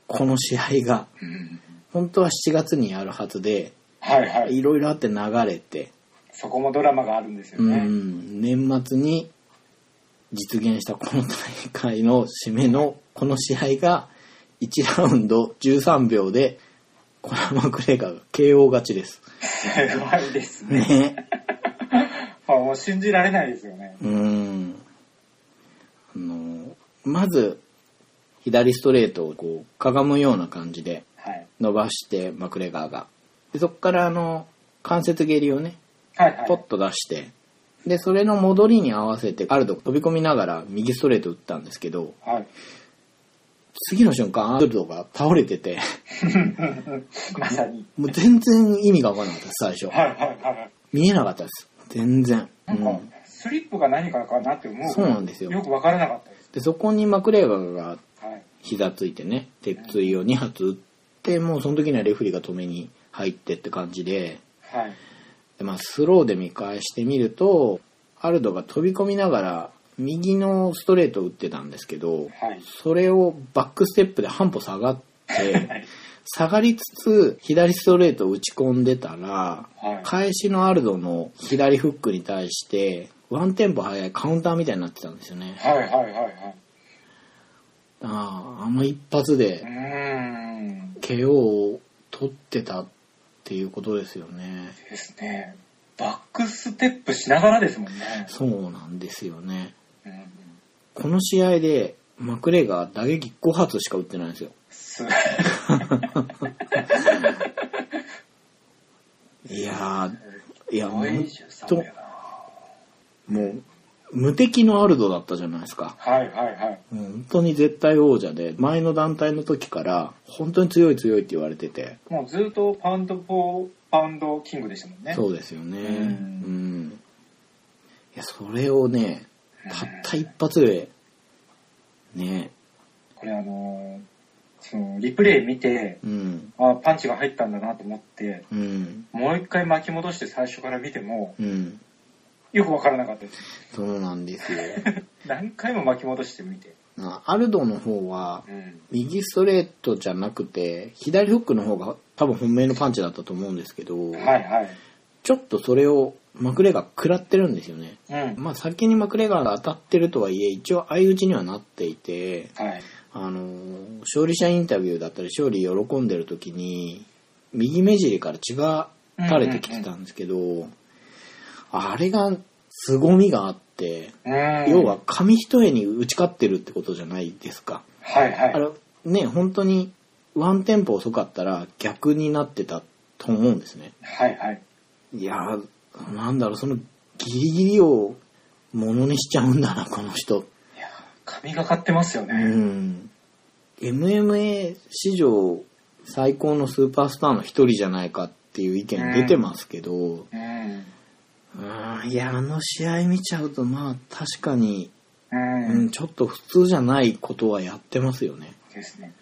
Speaker 1: この試合が、
Speaker 2: うん
Speaker 1: 本当は7月にやるはずで、
Speaker 2: はいはい。
Speaker 1: いろいろあって流れて、
Speaker 2: そこもドラマがあるんですよ
Speaker 1: う
Speaker 2: ね。
Speaker 1: ん、年末に実現したこの大会の締めのこの試合が1ラウンド13秒でコナマクレガーが KO 勝ちです。
Speaker 2: すごいですね。
Speaker 1: ね。
Speaker 2: まあもう信じられないですよね。
Speaker 1: うん。あの、まず左ストレートをこうかがむような感じで
Speaker 2: はい。
Speaker 1: 伸ばしてマクレガーが。でそこからあの関節蹴りをね、
Speaker 2: はいは
Speaker 1: ポ
Speaker 2: い
Speaker 1: ッ。と出して、で、それの戻りに合わせて、アルドが飛び込みながら右ストレート打ったんですけど、
Speaker 2: はい。
Speaker 1: 次の瞬間、アルドが倒れて て、
Speaker 2: まさに。
Speaker 1: もう全然意味がわからなかったです、最
Speaker 2: は
Speaker 1: 初。
Speaker 2: いはいはい。
Speaker 1: 見えなかったです。全然。う
Speaker 2: なんか
Speaker 1: ん、、
Speaker 2: スリップが何かかなって思う。
Speaker 1: そうなんです
Speaker 2: よ
Speaker 1: よ。
Speaker 2: くわからなかったです。
Speaker 1: で、そこにマクレガーが
Speaker 2: はい。
Speaker 1: 膝ついてね、鉄椎を2発打って、もうその時にはレフェリーが止めに入ってって感じで、
Speaker 2: はい。
Speaker 1: でまあ、スローで見返してみると、アルドが飛び込みながら、右のストレートを打ってたんですけど、
Speaker 2: はい。
Speaker 1: それをバックステップで半歩下がって、下がりつつ左ストレートを打ち込んでたら、
Speaker 2: はい。
Speaker 1: 返しのアルドの左フックに対して、ワンテンポ早いカウンターみたいになってたんですよね。
Speaker 2: はいはいはいはい。
Speaker 1: ああ、あの一発
Speaker 2: う
Speaker 1: で
Speaker 2: ーん。
Speaker 1: KO を取ってたっていうことですよね。
Speaker 2: ですね。バックステップしながらですもんね。
Speaker 1: そうなんですよね。
Speaker 2: うん、
Speaker 1: この試合でマクレガー打撃5発しか打ってないんですよ。
Speaker 2: す
Speaker 1: いやー、いや、
Speaker 2: ご
Speaker 1: も
Speaker 2: い13だよな。
Speaker 1: う、無敵のアルドだったじゃないですか。
Speaker 2: はいはいはい。
Speaker 1: 本当に絶対王者で前の団体の時から本当に強い強いって言われてて
Speaker 2: もうずっとパウンド・フォーパウンド・キングでしたもんね。
Speaker 1: そうですよねうん
Speaker 2: ん
Speaker 1: いやそれをね
Speaker 2: うん
Speaker 1: たった一発でね
Speaker 2: これあのーそのリプレイ見て、
Speaker 1: うん
Speaker 2: あパンチが入ったんだなと思って、
Speaker 1: うん
Speaker 2: もう一回巻き戻して最初から見ても、
Speaker 1: うん
Speaker 2: よくわからなかったです。
Speaker 1: そうなんです よ
Speaker 2: 何回も巻き戻して見て。
Speaker 1: なアルドの方は
Speaker 2: うん。
Speaker 1: 右ストレートじゃなくて左フックの方が多分本命のパンチだったと思うんですけど、
Speaker 2: はいはい。
Speaker 1: ちょっとそれをマクレガー食らってるんですよね
Speaker 2: うん。
Speaker 1: まあ、先にマクレガーが当たってるとはいえ一応相打ちにはなっていて、
Speaker 2: はい。
Speaker 1: あのー勝利者インタビューだったり勝利喜んでる時に右目尻から血が垂れてきてたんですけど、あれが凄みがあって、
Speaker 2: うん。
Speaker 1: 要は紙一重に打ち勝ってるってことじゃないですか。
Speaker 2: はい
Speaker 1: あ
Speaker 2: はい。
Speaker 1: れね本当にワンテンポ遅かったら逆になってたと思うんですね。
Speaker 2: はいはい。
Speaker 1: いやーなんだろう、そのギリギリをものにしちゃうんだな、この人。
Speaker 2: いや、神がかってますよ
Speaker 1: う
Speaker 2: ね。
Speaker 1: ん。MMA 史上最高のスーパースターの一人じゃないかっていう意見出てますけど、う
Speaker 2: うん。
Speaker 1: ーんいや、あの試合見ちゃうと、まあ確かに、
Speaker 2: う
Speaker 1: うんん、。ちょっと普通じゃないことはやってますよね。
Speaker 2: ですね。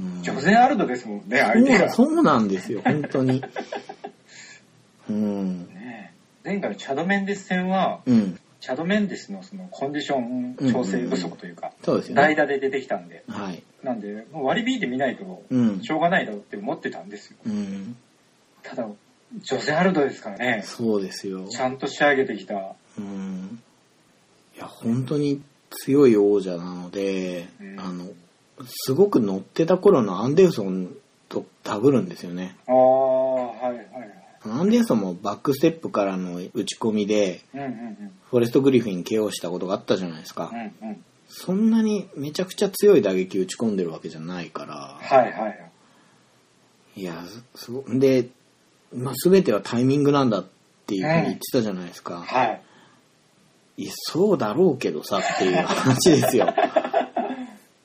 Speaker 1: うん、
Speaker 2: ジョゼン・アルドですもんね、相手が。
Speaker 1: そうそうなんですよ、本当に。うん。
Speaker 2: ね前回のチャド・メンデス戦は、
Speaker 1: うん。
Speaker 2: チャド・メンデスのそのコンディション調整不足というか、
Speaker 1: そうですよ
Speaker 2: 代
Speaker 1: ね。
Speaker 2: 打で出てきたんで、
Speaker 1: はい。
Speaker 2: なんで、もう割り引いてみないと、
Speaker 1: うん
Speaker 2: し。ょうがないだろうって思ってたんですよ。
Speaker 1: うん。
Speaker 2: ただ、ジョゼ・アルドですからね、
Speaker 1: そうですよ。
Speaker 2: ちゃんと仕上げてきた。
Speaker 1: うん。いや、本当に強い王者なので、
Speaker 2: うん
Speaker 1: あの、すごく乗ってた頃のアンデルソンとダブるんですよね。
Speaker 2: ああ、はいはいはい。
Speaker 1: アンデルソンもバックステップからの打ち込みで、
Speaker 2: うんうん
Speaker 1: フォレスト・グリフィン KO したことがあったじゃないですか。
Speaker 2: うん。うんうん。
Speaker 1: そんなにめちゃくちゃ強い打撃打ち込んでるわけじゃないから。
Speaker 2: はいはいはい。
Speaker 1: いや、すすごで、まあ、全てはタイミングなんだっていうふうに言ってたじゃないですか。
Speaker 2: はい。
Speaker 1: いや、そうだろうけどさっていう話です よ。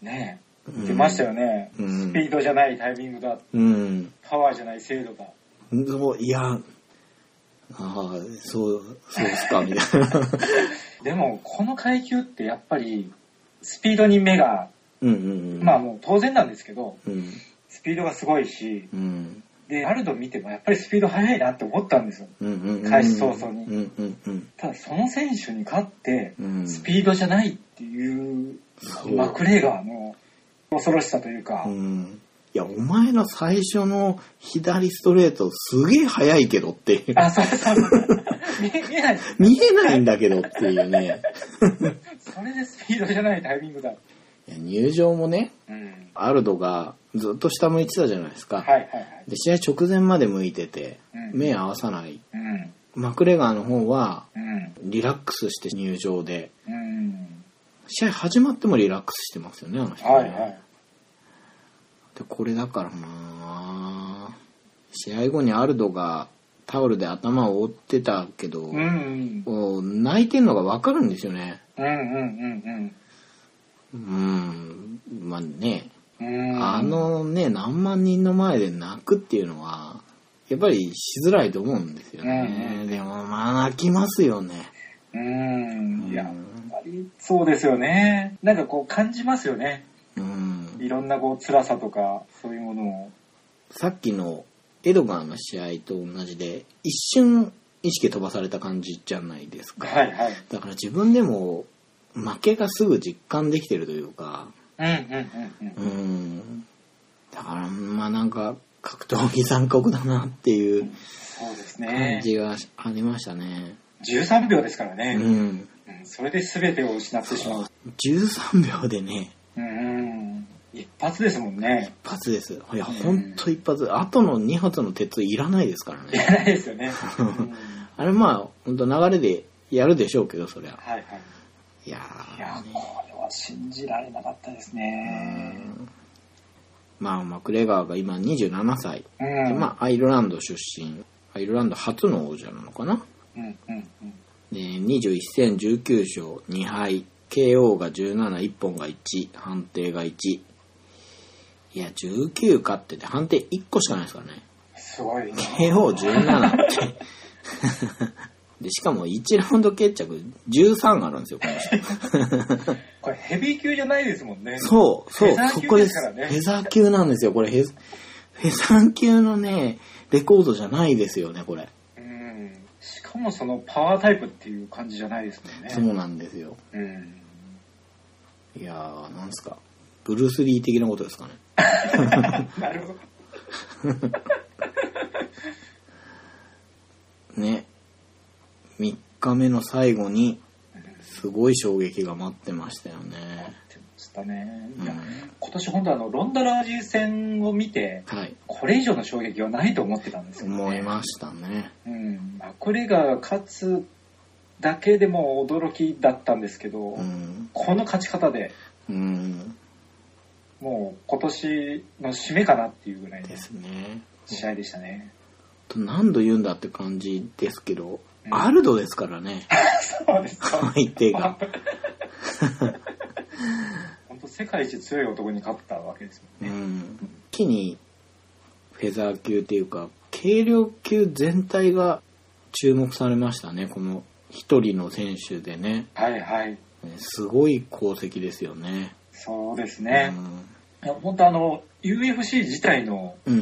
Speaker 2: ねえ。出ましたよね。
Speaker 1: うん
Speaker 2: スピードじゃないタイミングだ。
Speaker 1: うん。
Speaker 2: パワーじゃない精度だ。
Speaker 1: そういや、ああ、そう、そうですか、みたい な。
Speaker 2: でも、この階級ってやっぱり、スピードに目が、
Speaker 1: うんうんうん。
Speaker 2: まあもう当然なんですけど、
Speaker 1: うん。
Speaker 2: スピードがすごいし、
Speaker 1: うん。
Speaker 2: で、アルド見てもやっぱりスピード速いなって思ったんですよ。
Speaker 1: うんうんうんうん。
Speaker 2: 開始早々に
Speaker 1: うんうんうん。
Speaker 2: ただ、その選手に勝って
Speaker 1: う、ん、
Speaker 2: スピードじゃないっていう、
Speaker 1: そう
Speaker 2: マクレーガーの恐ろしさというか
Speaker 1: う、ん。いや、お前の最初の左ストレートすげえ速いけど っていう。
Speaker 2: あ、そうそうそう。見え見えない。
Speaker 1: 見えないんだけどっていうね。
Speaker 2: それでスピードじゃないタイミングだ。
Speaker 1: いや入場もね、
Speaker 2: うん。
Speaker 1: アルドがずっと下向いてたじゃないですか。
Speaker 2: はいはいはい。
Speaker 1: で試合直前まで向いてて、
Speaker 2: うん
Speaker 1: 目合わさない。
Speaker 2: うん。
Speaker 1: マクレガーの方は
Speaker 2: うん。
Speaker 1: リラックスして入場で、
Speaker 2: うん。
Speaker 1: 試合始まってもリラックスしてますよね、あの人ね、
Speaker 2: はいはい。
Speaker 1: で、これだからなあ試合後にアルドがタオルで頭を覆ってたけど、
Speaker 2: うんうん。
Speaker 1: こう泣いてんのがわかるんですよね。
Speaker 2: うんうん
Speaker 1: うん。まあね、
Speaker 2: うんうん。うん。
Speaker 1: あ、のね、何万人の前で泣くっていうのは、やっぱりしづらいと思うんですよね。
Speaker 2: う
Speaker 1: でも、まあ、泣きますよね。
Speaker 2: うん。いや、やっぱりそうですよね。なんかこう感じますよね。
Speaker 1: うん。
Speaker 2: いろんなこう辛さとか、そういうものを。
Speaker 1: さっきのエドガーの試合と同じで、一瞬意識飛ばされた感じじゃないですか。
Speaker 2: はいはい。
Speaker 1: だから自分でも、負けがすぐ実感できてるというか、
Speaker 2: うんうんうん
Speaker 1: う
Speaker 2: うん。
Speaker 1: ん。だから、まあなんか、格闘技残酷だなっていう
Speaker 2: そうです
Speaker 1: 感
Speaker 2: ね。
Speaker 1: じがしありましたね。
Speaker 2: 13秒ですから
Speaker 1: う
Speaker 2: ね。
Speaker 1: ん。
Speaker 2: うん。それで全てを失ってしまう。
Speaker 1: 13秒でね、
Speaker 2: うんうん。一発ですもんね。
Speaker 1: 一発です。いや、
Speaker 2: うん
Speaker 1: ほんと一発。あとの2発の鉄いらないですから
Speaker 2: い
Speaker 1: ね。
Speaker 2: らないですよ ね。うん
Speaker 1: あれまあ、ほんと流れでやるでしょうけど、そりゃ。
Speaker 2: はいはい。
Speaker 1: いや
Speaker 2: いや
Speaker 1: ー、ね、
Speaker 2: これは信じられなかったですね。
Speaker 1: まあ、マクレガーが今27歳。
Speaker 2: うん。
Speaker 1: まあ、アイルランド出身。アイルランド初の王者なのかな。
Speaker 2: うんうんうん。
Speaker 1: で、21戦19勝2敗。KO が17、1本が1、判定が1。いや、19勝ってて判定1個しかないですからね。
Speaker 2: すごいな。
Speaker 1: KO17 って。で、しかも1ラウンド決着13あるんですよ、この人。
Speaker 2: これヘビー級じゃないですもんね。
Speaker 1: そう、そ
Speaker 2: フェザ
Speaker 1: う、
Speaker 2: ー級
Speaker 1: そこで
Speaker 2: です
Speaker 1: す。
Speaker 2: からね
Speaker 1: フェザー級なんですよ、これ。フェフェザー級のね、レコードじゃないですよね、これ。
Speaker 2: うん。しかもそのパワータイプっていう感じじゃないですもんね。
Speaker 1: そうなんですよ。
Speaker 2: うん。
Speaker 1: いやー、なんすか。ブルース・リー的なことですかね。
Speaker 2: なるほど。
Speaker 1: ね。3日目の最後に、すごい衝撃が待ってましたよね。
Speaker 2: ってましたね。
Speaker 1: う
Speaker 2: い
Speaker 1: ん
Speaker 2: や、今年本当あの、ロンダラージー戦を見て、
Speaker 1: はい。
Speaker 2: これ以上の衝撃はないと思ってたんですよ。
Speaker 1: 思いましたね。
Speaker 2: うん。マクレガーが勝つだけでも驚きだったんですけど、
Speaker 1: うん。
Speaker 2: この勝ち方で、
Speaker 1: うん。
Speaker 2: もう今年の締めかなっていうぐらいの
Speaker 1: ですね。
Speaker 2: 試合でしたね。
Speaker 1: 何度言うんだって感じですけど、
Speaker 2: うん
Speaker 1: アルドですから ね、
Speaker 2: そうですか。
Speaker 1: 相手が。
Speaker 2: 本当世界一強い男に勝ったわけですもん
Speaker 1: う
Speaker 2: ね。
Speaker 1: ん。一気にフェザー級っていうか、軽量級全体が注目されましたね、この一人の選手でね。
Speaker 2: はいはい。
Speaker 1: すごい功績ですよね。
Speaker 2: そうですね。いや本当あの、UFC 自体の
Speaker 1: うん。うんう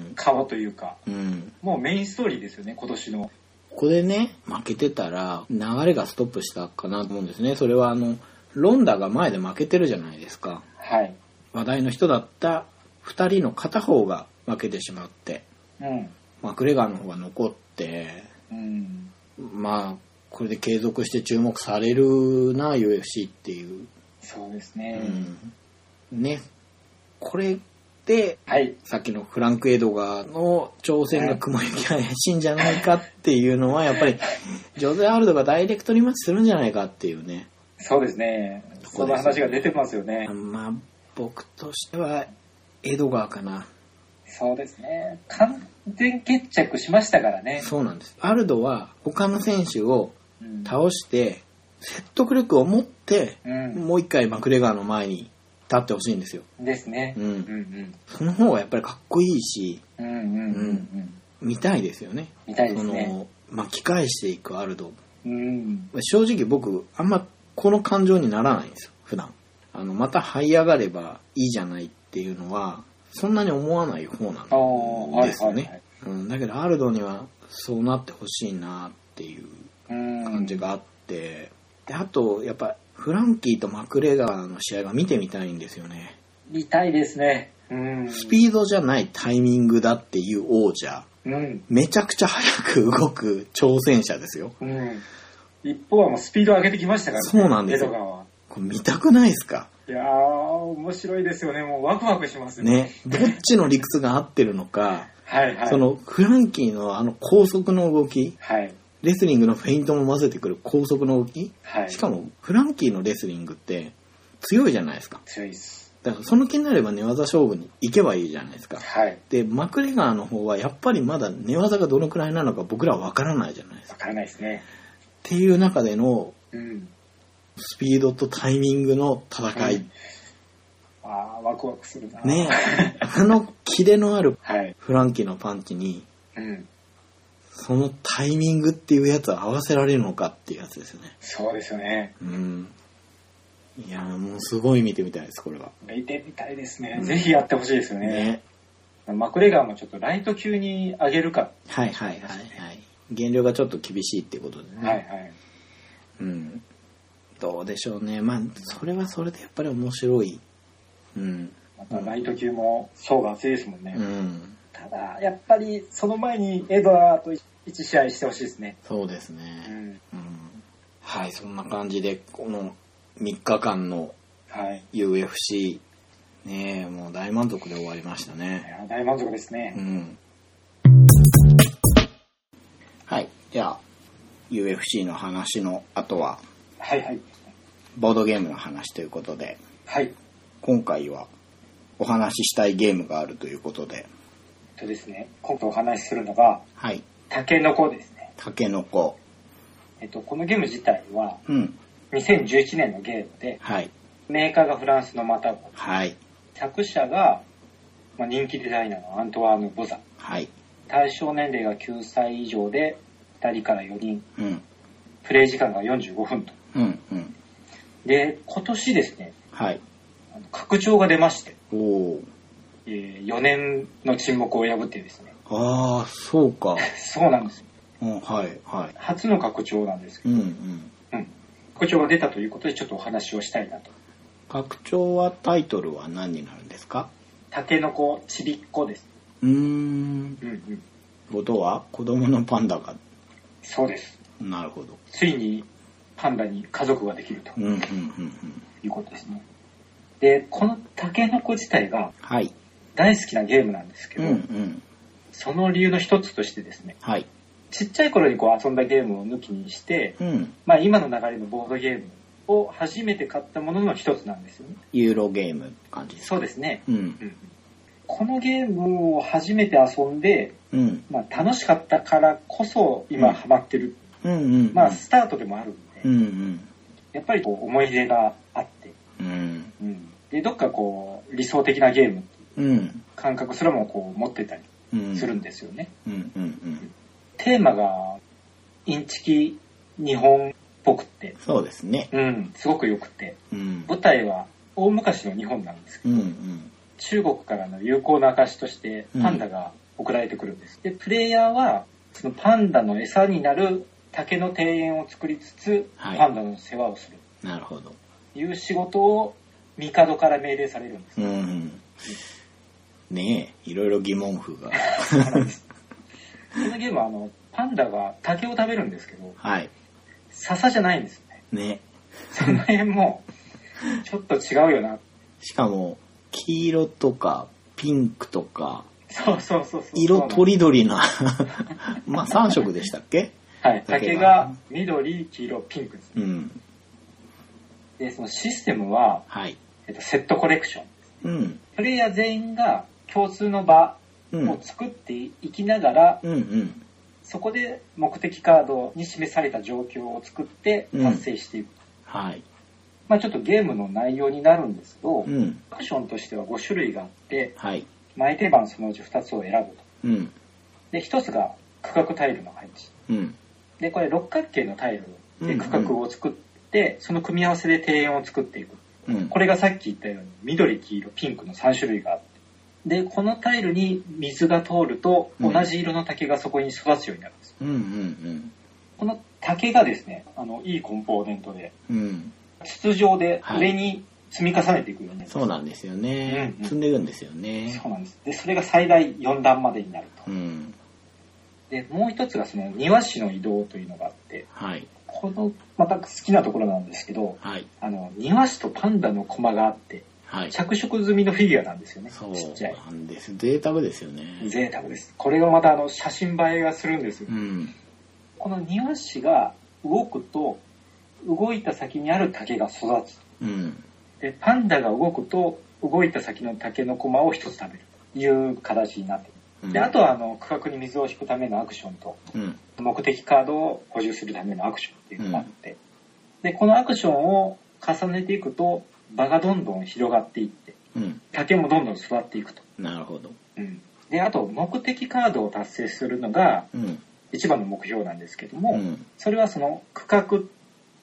Speaker 1: ん
Speaker 2: 顔というか、
Speaker 1: うん。うん。
Speaker 2: もうメインストーリーですよね、今年の。
Speaker 1: ここでね、負けてたら、流れがストップしたかなと思うんですね。それはあの、ロンダが前で負けてるじゃないですか。
Speaker 2: はい。
Speaker 1: 話題の人だった二人の片方が負けてしまって、
Speaker 2: うん。
Speaker 1: マクレガーの方が残って、
Speaker 2: うん。
Speaker 1: まあ、これで継続して注目されるな、UFC っていう。
Speaker 2: そうです
Speaker 1: う
Speaker 2: ね。
Speaker 1: ん。ね。これで、
Speaker 2: はい。
Speaker 1: さっきのフランク・エドガーの挑戦が雲行き怪しいんじゃないかっていうのは、やっぱり、ジョゼ・アルドがダイレクトリマッチするんじゃないかっていうね。
Speaker 2: そうですね。その話が出てますよね。
Speaker 1: まあ、僕としては、エドガーかな。
Speaker 2: そうですね。完全決着しましたからね。
Speaker 1: そうなんです。アルドは、他の選手を
Speaker 2: うん。
Speaker 1: 倒して、説得力を持って、
Speaker 2: うん。
Speaker 1: もう一回マクレガーの前に立ってほしいんですよ。
Speaker 2: ですね。
Speaker 1: うん
Speaker 2: うん
Speaker 1: その方がやっぱりかっこいいし、
Speaker 2: うん。うんうんうんうん。
Speaker 1: 見たいですよね。
Speaker 2: 見たいで
Speaker 1: そ
Speaker 2: すね。
Speaker 1: の、巻き返していくアルド。
Speaker 2: うん。
Speaker 1: 正直僕、あんまこの感情にならないんですよ、普段。あの、また這い上がればいいじゃないっていうのは、そんなに思わない方
Speaker 2: ああ、は
Speaker 1: ないんですよ
Speaker 2: はいは
Speaker 1: ね
Speaker 2: い。。
Speaker 1: うん、だけど、アルドにはそうなってほしいなっていう
Speaker 2: うん。
Speaker 1: 感じがあって、であと、やっぱ、フランキーとマクレガーの試合が見てみたいんですよね。
Speaker 2: 見たいですね。うん。
Speaker 1: スピードじゃないタイミングだっていう王者。
Speaker 2: うん。
Speaker 1: めちゃくちゃ速く動く挑戦者ですよ。
Speaker 2: うん。一方はもうスピード上げてきましたからね。
Speaker 1: そうなんですよ
Speaker 2: 江戸川は。
Speaker 1: これ見たくないですか
Speaker 2: いやー、面白いですよね。もうワクワクしますよ。
Speaker 1: ね。どっちの理屈が合ってるのか、
Speaker 2: はいはい。
Speaker 1: そのフランキーのあの高速の動き、
Speaker 2: はい。
Speaker 1: レスリングのフェイントも混ぜてくる高速の動き、
Speaker 2: はい。
Speaker 1: しかもフランキーのレスリングって強いじゃないですか。
Speaker 2: 強いです。
Speaker 1: だからその気になれば寝技勝負に行けばいいじゃないですか。
Speaker 2: はい。
Speaker 1: で、マクレガーの方はやっぱりまだ寝技がどのくらいなのか僕らはわからないじゃないですか。
Speaker 2: わからないですね。
Speaker 1: っていう中での
Speaker 2: うん。
Speaker 1: スピードとタイミングの戦い。
Speaker 2: ああ、ワクワクする な。
Speaker 1: ねえあのキレのある
Speaker 2: はい。
Speaker 1: フランキーのパンチに、
Speaker 2: うん。
Speaker 1: そのタイミングっていうやつを合わせられるのかっていうやつですよね。
Speaker 2: そうですよね。
Speaker 1: うん。いやーもうすごい見てみたいです、これは。
Speaker 2: 見てみたいですね。
Speaker 1: うん
Speaker 2: ぜひやってほしいですよね。
Speaker 1: ね。
Speaker 2: マクレガーもちょっとライト級に上げるか。
Speaker 1: はいはいはいはい。減量がちょっと厳しいってことでね。
Speaker 2: はいはい。
Speaker 1: うん。どうでしょうね。まあ、それはそれでやっぱり面白い。うん。
Speaker 2: またライト級も層が厚いですもんね。
Speaker 1: うん。
Speaker 2: ただ、やっぱりその前にエドワーと一試合してほしいですね。
Speaker 1: そうです
Speaker 2: う
Speaker 1: ね。
Speaker 2: ん。
Speaker 1: うん。はい、そんな感じで、この3日間の
Speaker 2: はい。
Speaker 1: UFC ねえもう大満足で終わりました
Speaker 2: い
Speaker 1: ね
Speaker 2: や大満足です
Speaker 1: う
Speaker 2: ね。
Speaker 1: んはいじゃあ UFC の話の後は
Speaker 2: はいはい。
Speaker 1: ボードゲームの話ということで
Speaker 2: はい。
Speaker 1: 今回はお話ししたいゲームがあるということで
Speaker 2: えっとですね、今回お話しするのが、
Speaker 1: はい
Speaker 2: タケノコですね。
Speaker 1: タケノコ
Speaker 2: えっと、このゲーム自体は
Speaker 1: うん
Speaker 2: 2011年のゲームで、
Speaker 1: はい
Speaker 2: メーカーがフランスのマタゴ、
Speaker 1: はい
Speaker 2: 作者が、まあ、人気デザイナーのアントワーヌ・ボザ、
Speaker 1: はい
Speaker 2: 対象年齢が9歳以上で2人から4人、
Speaker 1: うん
Speaker 2: プレイ時間が45分と。
Speaker 1: うんうん
Speaker 2: で、今年ですね、
Speaker 1: はい
Speaker 2: あの拡張が出まして、
Speaker 1: おお
Speaker 2: え4年の沈黙を破ってですね、
Speaker 1: ああそうか、
Speaker 2: そうなんですよ。
Speaker 1: うん、はいは
Speaker 2: 初の拡張なんですけ
Speaker 1: いうんうん
Speaker 2: ど、うん。拡張が出たということでちょっとお話をしたいなと。
Speaker 1: 拡張はタイトルは何になるんですか
Speaker 2: タケノコちびっこです。
Speaker 1: うーん
Speaker 2: うんうん。
Speaker 1: ことは子供のパンダが
Speaker 2: そうです。
Speaker 1: なるほど
Speaker 2: ついにパンダに家族ができると
Speaker 1: うんうんうんうん
Speaker 2: いうことですね。で、このタケノコ自体が
Speaker 1: はい
Speaker 2: 大好きなゲームなんですけ
Speaker 1: う
Speaker 2: ど、
Speaker 1: んうん
Speaker 2: その理由の一つとしてですね、
Speaker 1: はい
Speaker 2: ちっちゃい頃にこう遊んだゲームを抜きにして、
Speaker 1: うん
Speaker 2: まあ今の流れのボードゲームを初めて買ったものの一つなんですよね。
Speaker 1: ユーロゲームって感じです
Speaker 2: そうですね。
Speaker 1: うん
Speaker 2: うんうんこのゲームを初めて遊んで、
Speaker 1: うん
Speaker 2: まあ、楽しかったからこそ今ハマってる、
Speaker 1: うんうん
Speaker 2: まあスタートでもあるんで、
Speaker 1: うんうん
Speaker 2: やっぱりこう思い出があって、
Speaker 1: うん
Speaker 2: うんでどっかこう理想的なゲームっていう
Speaker 1: うん
Speaker 2: 感覚すらもこう持ってたり
Speaker 1: うん
Speaker 2: するんですよね。
Speaker 1: うんうんうん
Speaker 2: テーマがインチキ日本っぽくって、
Speaker 1: そうですね
Speaker 2: うん、すごく良くて、
Speaker 1: うん
Speaker 2: 舞台は大昔の日本なんですけ
Speaker 1: う
Speaker 2: ど、
Speaker 1: んうん
Speaker 2: 中国からの友好な証としてパンダが送られてくるんです。で、プレイヤーはそのパンダの餌になる竹の庭園を作りつつ、
Speaker 1: はい
Speaker 2: パンダの世話をする
Speaker 1: なるほど
Speaker 2: という仕事を帝から命令されるんです。
Speaker 1: うんうんねえいろいろ疑問符が
Speaker 2: このゲームはあのパンダが竹を食べるんですけど、
Speaker 1: はい
Speaker 2: 笹じゃないんですよね。
Speaker 1: ね
Speaker 2: その辺もちょっと違うよな。
Speaker 1: しかも黄色とかピンクとか
Speaker 2: そうそうそうそう。
Speaker 1: 色とりどりな まあ3色でしたっけ
Speaker 2: はい。
Speaker 1: 竹
Speaker 2: 竹
Speaker 1: が
Speaker 2: が緑、黄色、ピンクです。
Speaker 1: うん
Speaker 2: で、そのシステムは、
Speaker 1: はい
Speaker 2: えっと、セットコレクション。
Speaker 1: うん
Speaker 2: プレイヤー全員が共通の場
Speaker 1: うん
Speaker 2: を作っていきながら、
Speaker 1: うんうん
Speaker 2: そこで目的カードに示された状況を作って
Speaker 1: うん
Speaker 2: 達成していく。
Speaker 1: はい
Speaker 2: まあちょっとゲームの内容になるんですけど、
Speaker 1: うん
Speaker 2: アクションとしては5種類があって、
Speaker 1: はい
Speaker 2: 前手番そのうち2つを選ぶと。
Speaker 1: うん
Speaker 2: で、1つが区画タイルの配置。
Speaker 1: うん
Speaker 2: で、これ六角形のタイル
Speaker 1: うんう
Speaker 2: で
Speaker 1: ん
Speaker 2: 区画を作って、その組み合わせで庭園を作っていく。
Speaker 1: うん
Speaker 2: これがさっき言ったように緑、黄色、ピンクの3種類があって。で、このタイルに水が通ると
Speaker 1: う
Speaker 2: 同
Speaker 1: ん
Speaker 2: じ色の竹がそこに育つようになるんです。
Speaker 1: うんうん
Speaker 2: この竹がですね、あの、いいコンポーネントで、
Speaker 1: うんうん
Speaker 2: 筒状で
Speaker 1: はい
Speaker 2: 上に積み重ねていくようになる。
Speaker 1: そうなんですよね
Speaker 2: うんうん
Speaker 1: 積んでるんですよね
Speaker 2: そうなんです。で、それが最大4段までになると
Speaker 1: う。ん
Speaker 2: で、もう一つがその庭師の移動というのがあって、
Speaker 1: はい
Speaker 2: この、また好きなところなんですけど、
Speaker 1: はい
Speaker 2: あの、庭師とパンダの駒があって、
Speaker 1: はい
Speaker 2: 着色済みのフィギュアなんですよね。
Speaker 1: そう
Speaker 2: ちっちゃい。
Speaker 1: なんです贅沢ですよね
Speaker 2: 贅沢です。これがまたあの、写真映えがするんですよ。
Speaker 1: うん
Speaker 2: この庭師が動くと、動いた先にある竹が育つ。
Speaker 1: うん
Speaker 2: で、パンダが動くと、動いた先の竹の駒を一つ食べるという形になってる。
Speaker 1: うん
Speaker 2: で、あとはあの、区画に水を引くためのアクションと、
Speaker 1: うん
Speaker 2: 目的カードを補充するためのアクションっていうのがあって、でこのアクションを重ねていくと場がどんどん広がっていって
Speaker 1: うん
Speaker 2: 竹もどんどん座っていくと、
Speaker 1: なるほど
Speaker 2: うん、であと目的カードを達成するのが
Speaker 1: うん
Speaker 2: 一番の目標なんですけど
Speaker 1: う
Speaker 2: も、
Speaker 1: ん
Speaker 2: それはその区画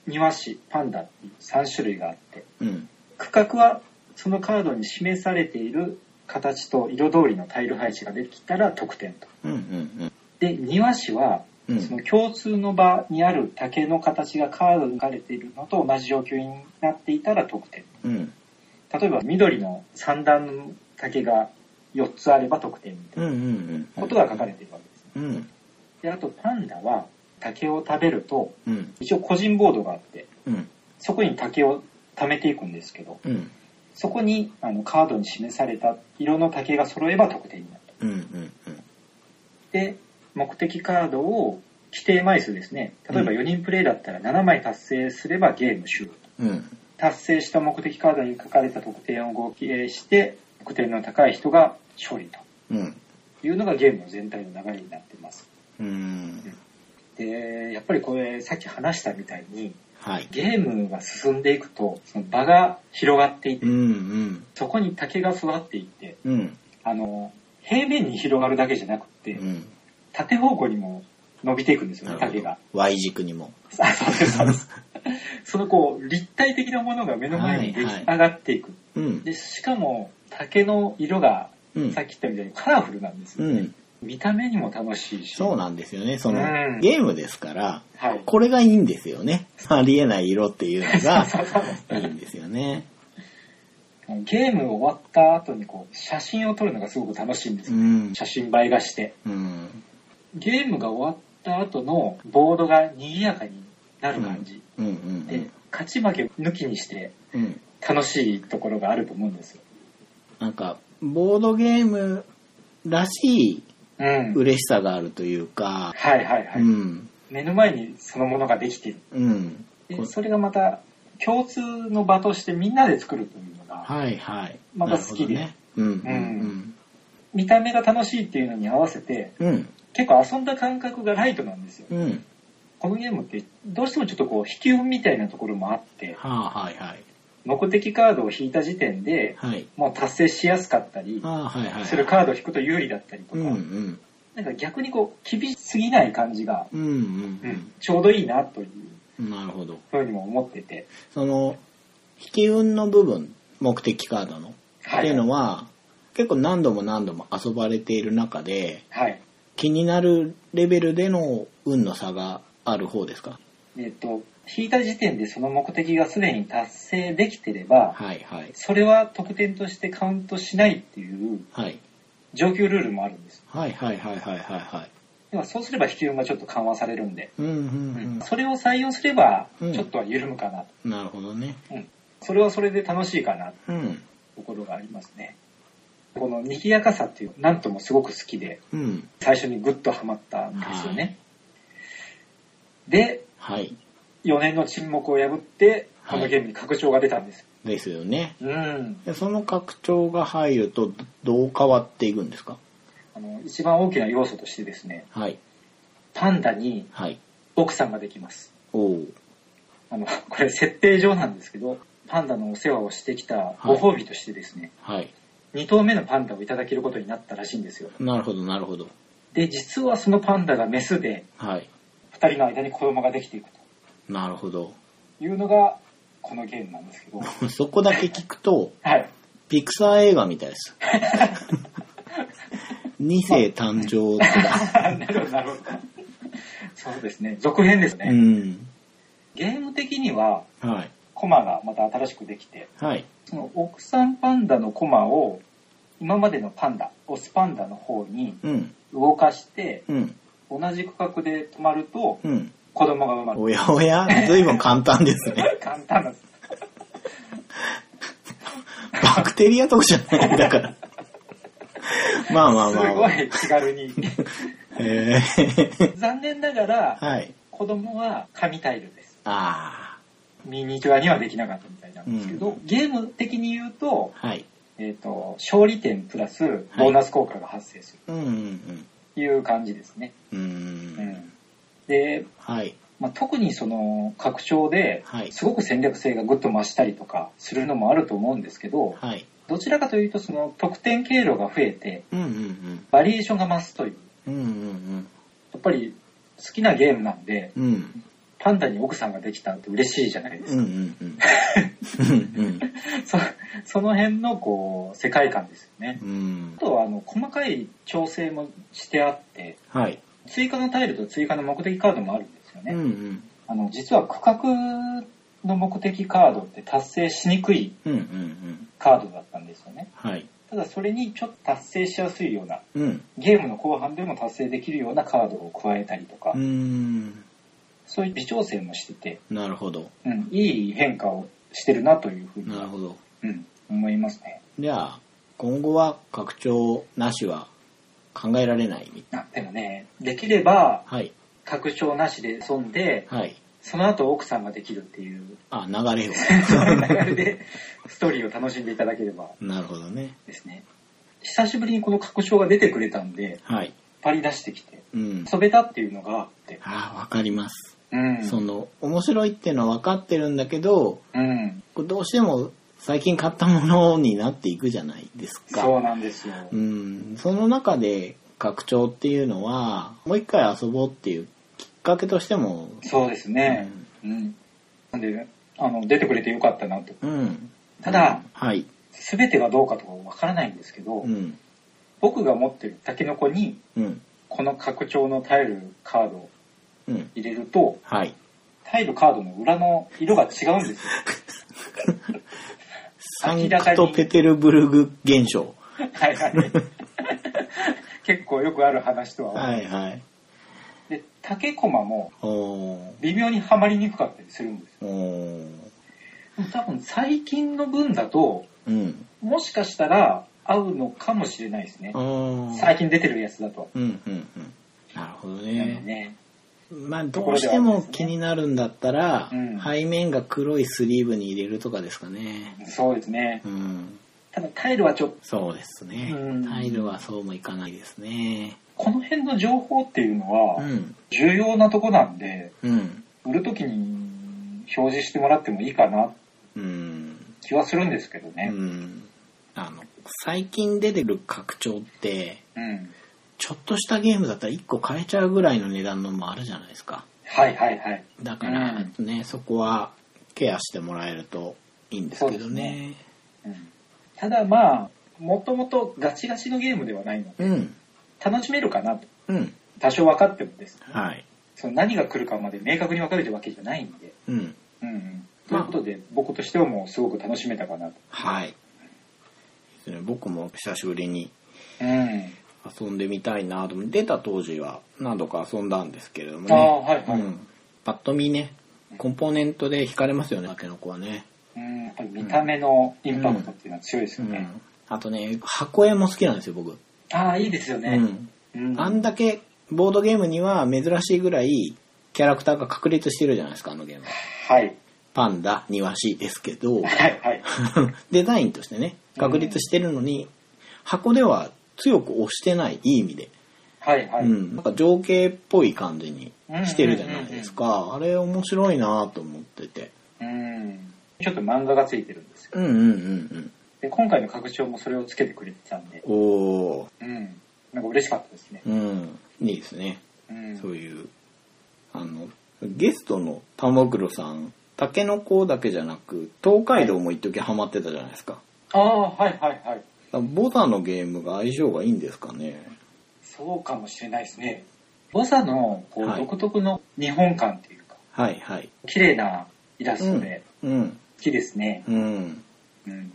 Speaker 2: 庭師パンダっていう3種類があって
Speaker 1: うん
Speaker 2: 区画はそのカードに示されている形と色通りのタイル配置ができたら得点と
Speaker 1: うんうん
Speaker 2: で庭師は
Speaker 1: うん
Speaker 2: その共通の場にある竹の形がカードに書かれているのと同じ状況になっていたら得点。
Speaker 1: うん
Speaker 2: 例えば緑の三段の竹が4つあれば得点みた
Speaker 1: う
Speaker 2: い
Speaker 1: んうんうん
Speaker 2: なことが書かれているわけですね。
Speaker 1: うん
Speaker 2: で、あとパンダは竹を食べると、
Speaker 1: うん
Speaker 2: 一応個人ボードがあって、
Speaker 1: うん
Speaker 2: そこに竹を貯めていくんですけど、
Speaker 1: うん
Speaker 2: そこにあのカードに示された色の竹が揃えば得点になると。
Speaker 1: うんうん
Speaker 2: で、目的カードを規定枚数ですね。例えば4人プレイだったら7枚達成すればゲーム終了。
Speaker 1: うんうん
Speaker 2: 達成した目的カードに書かれた得点を合計して得点の高い人が勝利と
Speaker 1: うん
Speaker 2: いうのがゲームの全体の流れになってます
Speaker 1: うん
Speaker 2: でやっぱりこれさっき話したみたいに
Speaker 1: はい
Speaker 2: ゲームが進んでいくとその場が広がっていって
Speaker 1: うんうん
Speaker 2: そこに竹が育っていって
Speaker 1: うん
Speaker 2: あの平面に広がるだけじゃなく
Speaker 1: う
Speaker 2: て
Speaker 1: ん
Speaker 2: 縦方向にも伸びていくんですよね
Speaker 1: なる
Speaker 2: 竹
Speaker 1: ほど
Speaker 2: が
Speaker 1: Y 軸にも
Speaker 2: あそうですそうです そのこう立体的なものが目の前に出来上がっていく、
Speaker 1: うん
Speaker 2: でしかも竹の色が
Speaker 1: うん
Speaker 2: さっき言ったみたいにカラフルなんですよ
Speaker 1: う
Speaker 2: ね、
Speaker 1: ん
Speaker 2: 見た目にも楽しいし
Speaker 1: そうなんですよねその
Speaker 2: うん
Speaker 1: ゲームですから
Speaker 2: はい
Speaker 1: これがいいんですよねありえない色っていうのが
Speaker 2: そうそう
Speaker 1: いいんですよね
Speaker 2: ゲーム終わった後にこう写真を撮るのがすごく楽しいんです
Speaker 1: う
Speaker 2: よ、
Speaker 1: ん
Speaker 2: 写真映えがして
Speaker 1: うん
Speaker 2: ゲームが終わった後のボードが賑やかになる感じ、
Speaker 1: うんうん
Speaker 2: で勝ち負け抜きにして
Speaker 1: うんうん
Speaker 2: 楽しいところがあると思うんですよ
Speaker 1: なんかボードゲームらしい
Speaker 2: うん
Speaker 1: 嬉しさがあるというか
Speaker 2: はいはいは
Speaker 1: う
Speaker 2: い、
Speaker 1: ん
Speaker 2: 目の前にそのものができている
Speaker 1: うん
Speaker 2: でそれがまた共通の場としてみんなで作るというのが、
Speaker 1: はいはい
Speaker 2: また好きで
Speaker 1: なるほどね
Speaker 2: 見た目が楽しいっていうのに合わせて
Speaker 1: うんうん
Speaker 2: 結構遊んだ感覚がライトなんですよ
Speaker 1: うんうん
Speaker 2: このゲームってどうしてもちょっとこう引き運みたいなところもあって
Speaker 1: はあはいはい
Speaker 2: 目的カードを引いた時点で、
Speaker 1: はい。
Speaker 2: もう達成しやすかったり
Speaker 1: ああ、はいはい。
Speaker 2: するカードを引くと有利だったりと
Speaker 1: う
Speaker 2: か、
Speaker 1: んうん。
Speaker 2: なんか逆にこう厳しすぎない感じが、
Speaker 1: うんうん
Speaker 2: うんちょうどいいなという
Speaker 1: うん。なるほど。
Speaker 2: ふうにも思ってて、
Speaker 1: その、引き運の部分、目的カードの。っ
Speaker 2: は
Speaker 1: てい、
Speaker 2: いう
Speaker 1: のは、結構何度も何度も遊ばれている中で、
Speaker 2: はい、
Speaker 1: 気になるレベルでの運の差がある方ですか
Speaker 2: えっと引いた時点でその目的がすでに達成できてれば、
Speaker 1: はいはい。
Speaker 2: それは得点としてカウントしないっていう
Speaker 1: はい。
Speaker 2: 上級ルールもあるんです。
Speaker 1: はいはいはいはいはいはい。
Speaker 2: でもそうすれば引き運がちょっと緩和されるんで、
Speaker 1: うん
Speaker 2: うん
Speaker 1: うん
Speaker 2: それを採用すれば
Speaker 1: うん
Speaker 2: ちょっとは緩むかな、
Speaker 1: うん。なるほどね。
Speaker 2: それはそれで楽しいかな
Speaker 1: う
Speaker 2: と
Speaker 1: ん。
Speaker 2: いうところがありますね。この賑やかさっていうなんともすごく好きで
Speaker 1: うん。
Speaker 2: 最初にグッとハマったんですよね。で
Speaker 1: はい。
Speaker 2: 4年の沈黙を破って
Speaker 1: は
Speaker 2: こ
Speaker 1: い
Speaker 2: のゲームに拡張が出たんです。
Speaker 1: ですよね。
Speaker 2: うん
Speaker 1: でその拡張が入ると、どう変わっていくんですか
Speaker 2: あの一番大きな要素としてですね
Speaker 1: はい。
Speaker 2: パンダに
Speaker 1: はい。
Speaker 2: 奥さんができます。
Speaker 1: おお。
Speaker 2: あの、 これ設定上なんですけど、パンダのお世話をしてきたご褒美としてですね、
Speaker 1: はい。
Speaker 2: 2頭目のパンダをいただけることになったらしいんですよ。
Speaker 1: なるほどなるほど。
Speaker 2: で、実はそのパンダがメスで、
Speaker 1: はい。
Speaker 2: 2人の間に子供ができていく
Speaker 1: なるほど。
Speaker 2: というのが、このゲームなん ですけど、
Speaker 1: そこだけ聞くと、
Speaker 2: はい。
Speaker 1: ピクサー映画みたい です。2世誕生とか。
Speaker 2: なるほど、なるほど。 そうですね、続編ですね。
Speaker 1: うん。
Speaker 2: ゲーム的には、
Speaker 1: はい。
Speaker 2: コマがまた新しくできて、
Speaker 1: はい。
Speaker 2: その奥さんパンダのコマを、今までのパンダ、オスパンダの方に
Speaker 1: うん。
Speaker 2: 動かして、
Speaker 1: うん。
Speaker 2: 同じ区画で止まると、
Speaker 1: うん。
Speaker 2: 子供が生まれる
Speaker 1: おやおや、ずいぶん簡単ですね。
Speaker 2: 簡単なんです
Speaker 1: バクテリアとかじゃないんだ から。まあまあ
Speaker 2: す
Speaker 1: まあ、
Speaker 2: ご
Speaker 1: まあ。
Speaker 2: い気軽に
Speaker 1: えー
Speaker 2: 残念ながら
Speaker 1: はい。
Speaker 2: 子供は紙タイルです
Speaker 1: あ
Speaker 2: ミニチュアにはできなかったみたいなんですけど、
Speaker 1: う
Speaker 2: ゲーム的に言うと,
Speaker 1: あ。,、はい。
Speaker 2: えー、と勝利点プラスボーナス効果が発生する
Speaker 1: うんうん
Speaker 2: という感じですね、
Speaker 1: うん。う。
Speaker 2: うんんで、
Speaker 1: はい。
Speaker 2: まあ、特にその拡張で
Speaker 1: はい
Speaker 2: すごく戦略性がぐっと増したりとかするのもあると思うんですけど
Speaker 1: はい。
Speaker 2: どちらかというとその得点経路が増えて
Speaker 1: うんうん
Speaker 2: バリエーションが増すという
Speaker 1: うん。うんうん
Speaker 2: やっぱり好きなゲームなんで
Speaker 1: うん。うん。
Speaker 2: パンダに奥さんができたって嬉しいじゃないで
Speaker 1: う
Speaker 2: す
Speaker 1: んうん
Speaker 2: か。
Speaker 1: うん。うん
Speaker 2: そ その辺のこう世界観ですよね
Speaker 1: う。ん
Speaker 2: あ。とはあの細かい調整もしてあって、
Speaker 1: はい。
Speaker 2: 追加のタイルと追加の目的カードもあるんですよ
Speaker 1: う
Speaker 2: ね。
Speaker 1: んうん。
Speaker 2: あの実は区画の目的カードって達成しにくい
Speaker 1: うんうんうん。
Speaker 2: カードだったんですよね。
Speaker 1: はい。
Speaker 2: ただそれにちょっと達成しやすいような、
Speaker 1: うん。
Speaker 2: ゲームの後半でも達成できるようなカードを加えたりとか
Speaker 1: うー、ん。
Speaker 2: そういう微調整もしてて、
Speaker 1: なるほど。
Speaker 2: うん、いい変化をしてるなというふうに
Speaker 1: なるほど。
Speaker 2: うん、思いますね。
Speaker 1: じゃあ、今後は拡張なしは考えられない。
Speaker 2: あでもね、できれば、
Speaker 1: はい。
Speaker 2: 拡張なしで遊んで、
Speaker 1: はい。
Speaker 2: その後奥さんができるっ ていう、
Speaker 1: あ、流 れを。
Speaker 2: 流れで、ストーリーを楽しんでいただければ
Speaker 1: なるほどね。
Speaker 2: ですね。久しぶりにこの拡張が出てくれたんで、
Speaker 1: はい。
Speaker 2: パリ出してきて、
Speaker 1: うん。
Speaker 2: 遊べたっていうのがあって、
Speaker 1: あ、わかります。
Speaker 2: うん。
Speaker 1: その、面白いっていうのは分かってるんだけど、
Speaker 2: うん。
Speaker 1: こうどうしても最近買ったものになっていくじゃないですか。
Speaker 2: そうなんですよ。
Speaker 1: うん、その中で拡張っていうのはもう一回遊ぼうっていうきっかけとしても、
Speaker 2: そうですね。うん。なんで、あの、出てくれてよかったなと。
Speaker 1: うん、
Speaker 2: ただ、
Speaker 1: はい、
Speaker 2: すべてがどうかとかわからないんですけど、
Speaker 1: うん
Speaker 2: 僕が持ってるタケノコに、
Speaker 1: うん
Speaker 2: この拡張のタイルカードを
Speaker 1: うん、
Speaker 2: 入れると、
Speaker 1: はい
Speaker 2: タイルカードの裏の色が違う んですよ。
Speaker 1: サンクトペテルブルグ現象
Speaker 2: はいはい。結構よくある話とは思う。
Speaker 1: はいはい
Speaker 2: で、竹駒も
Speaker 1: おー
Speaker 2: 微妙にはまりにくかったりするんですよ。
Speaker 1: おー
Speaker 2: でも多分最近の分だと、
Speaker 1: うん
Speaker 2: もしかしたら合うのかもしれないですね
Speaker 1: あ。ー
Speaker 2: 最近出てるやつだと。
Speaker 1: うんうんうんなるほど
Speaker 2: なの
Speaker 1: ね
Speaker 2: でね。
Speaker 1: まあどうしても気になるんだったら、
Speaker 2: うん
Speaker 1: 背面が黒いスリーブに入れるとかですかね
Speaker 2: そうですね。
Speaker 1: うん
Speaker 2: ただタイルはちょっと、
Speaker 1: そうですね、
Speaker 2: うん
Speaker 1: タイルはそうもいかないですね
Speaker 2: この辺の情報っていうの
Speaker 1: う
Speaker 2: は
Speaker 1: ん
Speaker 2: 重要なとこなんで、
Speaker 1: うん
Speaker 2: 売るときに表示してもらってもいいかな
Speaker 1: うん
Speaker 2: 気はするんですけど
Speaker 1: う
Speaker 2: ね。
Speaker 1: ん。あの、最近出てる拡張って、
Speaker 2: うん。
Speaker 1: ちょっとしたゲームだったら1個買えちゃうぐらいの値段のもあるじゃないですか。
Speaker 2: はいはいはい。
Speaker 1: だからね、そこはケアしてもらえるといいんですけどね。
Speaker 2: うんただまあ、もともとガチガチのゲームではないので、
Speaker 1: うん。
Speaker 2: 楽しめるかなと。
Speaker 1: うん。
Speaker 2: 多少分かってもですね。
Speaker 1: はい。
Speaker 2: その何が来るかまで明確に分かれてるわけじゃないんで。
Speaker 1: うん。
Speaker 2: うんうん。とい
Speaker 1: まあ
Speaker 2: うことで、僕としてはもうすごく楽しめたかなと。
Speaker 1: はい。ですね僕も久しぶりに
Speaker 2: うん。
Speaker 1: 遊んでみたいなと思って出た当時は何度か遊んだんですけれども
Speaker 2: ああ、
Speaker 1: ね。
Speaker 2: はいは
Speaker 1: う
Speaker 2: い。
Speaker 1: ん。パッと見ね、コンポーネントで惹かれますよね、タケノコはね。
Speaker 2: うん、やっぱり見た目のインパクトっていうのは強いです
Speaker 1: う
Speaker 2: よね。
Speaker 1: ん。あとね、箱絵も好きなんですよ、僕。
Speaker 2: ああ、いいですよ
Speaker 1: う
Speaker 2: ね。
Speaker 1: ん。
Speaker 2: うん
Speaker 1: あんだけボードゲームには珍しいぐらいキャラクターが確立してるじゃないですか、あのゲームは。
Speaker 2: はい。
Speaker 1: パンダ、ニワシですけ ど、
Speaker 2: はいはい。
Speaker 1: デザインとしてね、確立してるのに、箱では強く押してない、いい意味で。
Speaker 2: はいはい。
Speaker 1: うん。なんか情景っぽい感じにしてるじゃないですか。あれ面白いなと思ってて。
Speaker 2: うん。ちょっと漫画がついてるんですよ。
Speaker 1: うんうんうん
Speaker 2: で、今回の拡張もそれをつけてくれてたんで、
Speaker 1: うん。おー。
Speaker 2: うん。なんか嬉しかったですね。
Speaker 1: うん。いいですね。
Speaker 2: うん。
Speaker 1: そういう、あの、ゲストの玉黒さん、タケノコだけじゃなく、東海道も一時ハマってたじゃないですか。
Speaker 2: ああ、はいはいはい。
Speaker 1: だからボタのゲームが相性がいいんですかね。
Speaker 2: そうかもしれないですね。ボサの、こ
Speaker 1: は
Speaker 2: う、
Speaker 1: い
Speaker 2: 独特の日本感っていうか、
Speaker 1: はいはい。
Speaker 2: 綺麗なイラストで
Speaker 1: うん。
Speaker 2: 好きですね。
Speaker 1: うん。
Speaker 2: うん。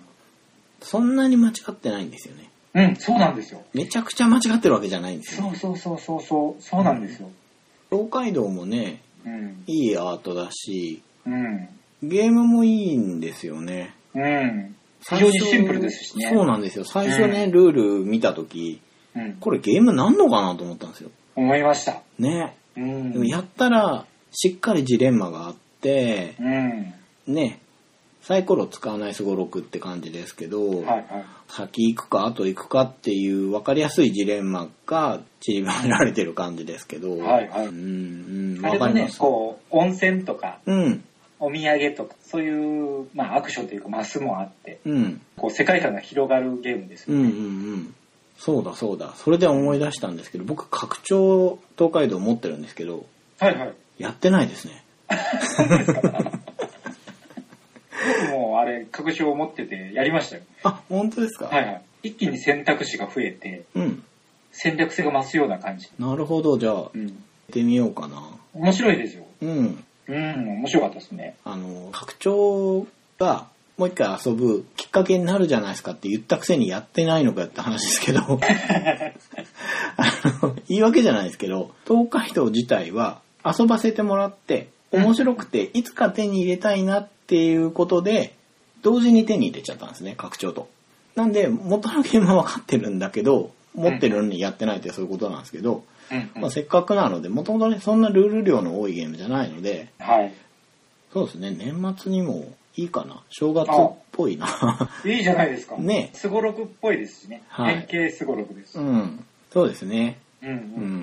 Speaker 1: そんなに間違ってないんですよね。
Speaker 2: うん、そうなんですよ。
Speaker 1: めちゃくちゃ間違ってるわけじゃないんですよ
Speaker 2: そ
Speaker 1: ね。
Speaker 2: うそうそうそうそう、そうなんですよ。
Speaker 1: 東海道もね、
Speaker 2: うん。
Speaker 1: いいアートだし、
Speaker 2: うん。
Speaker 1: ゲームもいいんですよね。
Speaker 2: うん。非常
Speaker 1: 最
Speaker 2: に
Speaker 1: 初
Speaker 2: シンプルですしね。
Speaker 1: そうなんですよ。最初ね、ルール見たとき、
Speaker 2: うん。
Speaker 1: これゲームなんのかなと思ったんですよ。
Speaker 2: 思いました。
Speaker 1: ね。
Speaker 2: うん。
Speaker 1: でもやったらしっかりジレンマがあって
Speaker 2: うん。
Speaker 1: ねサイコロ使わないすごろくって感じですけど、
Speaker 2: はいはい。
Speaker 1: 先行くか後行くかっていう分かりやすいジレンマが散りばめられてる感じですけど、
Speaker 2: はいはい
Speaker 1: うんうん
Speaker 2: あ
Speaker 1: 分
Speaker 2: れ
Speaker 1: か
Speaker 2: も
Speaker 1: りま
Speaker 2: ね、
Speaker 1: す
Speaker 2: こう、温泉とか、
Speaker 1: うん
Speaker 2: お土産とか、そういう、まあ、アクションというか、マスもあって、
Speaker 1: うん
Speaker 2: こう、世界観が広がるゲームです
Speaker 1: う
Speaker 2: よ
Speaker 1: んうんう
Speaker 2: ね。
Speaker 1: んそうだそうだそれで思い出したんですけど僕拡張東海道持ってるんですけど
Speaker 2: はいはい。
Speaker 1: やってないですね
Speaker 2: 僕も、あれ、拡張を持ってて、やりましたよ。
Speaker 1: あ本当ですか、
Speaker 2: はいはい。一気に選択肢が増えて、
Speaker 1: うん
Speaker 2: 戦略性が増すような感じ。
Speaker 1: なるほどじゃあやっ
Speaker 2: うん。
Speaker 1: てみようかな
Speaker 2: 面白いですよ。
Speaker 1: うん
Speaker 2: うん、面白かったですね。
Speaker 1: あの拡張がもう一回遊ぶきっかけになるじゃないですかって言ったくせにやってないのかって話ですけどあの言い訳じゃないですけど東海道自体は遊ばせてもらって面白くていつか手に入れたいなっていうことで同時に手に入れちゃったんですね拡張と。なんで元のゲームは分かってるんだけど持ってるのにやってないってそういうことなんですけど、
Speaker 2: うん、うん
Speaker 1: まあ、せっかくなのでもともとねそんなルール量の多いゲームじゃないので
Speaker 2: はい。
Speaker 1: そうですね、年末にもいいかな。正月っぽいな。
Speaker 2: いいじゃないですか。
Speaker 1: ね
Speaker 2: すごろくっぽいですしね。
Speaker 1: はい
Speaker 2: 変形すごろくですし。
Speaker 1: うん。そうですね。
Speaker 2: うん、う。
Speaker 1: うん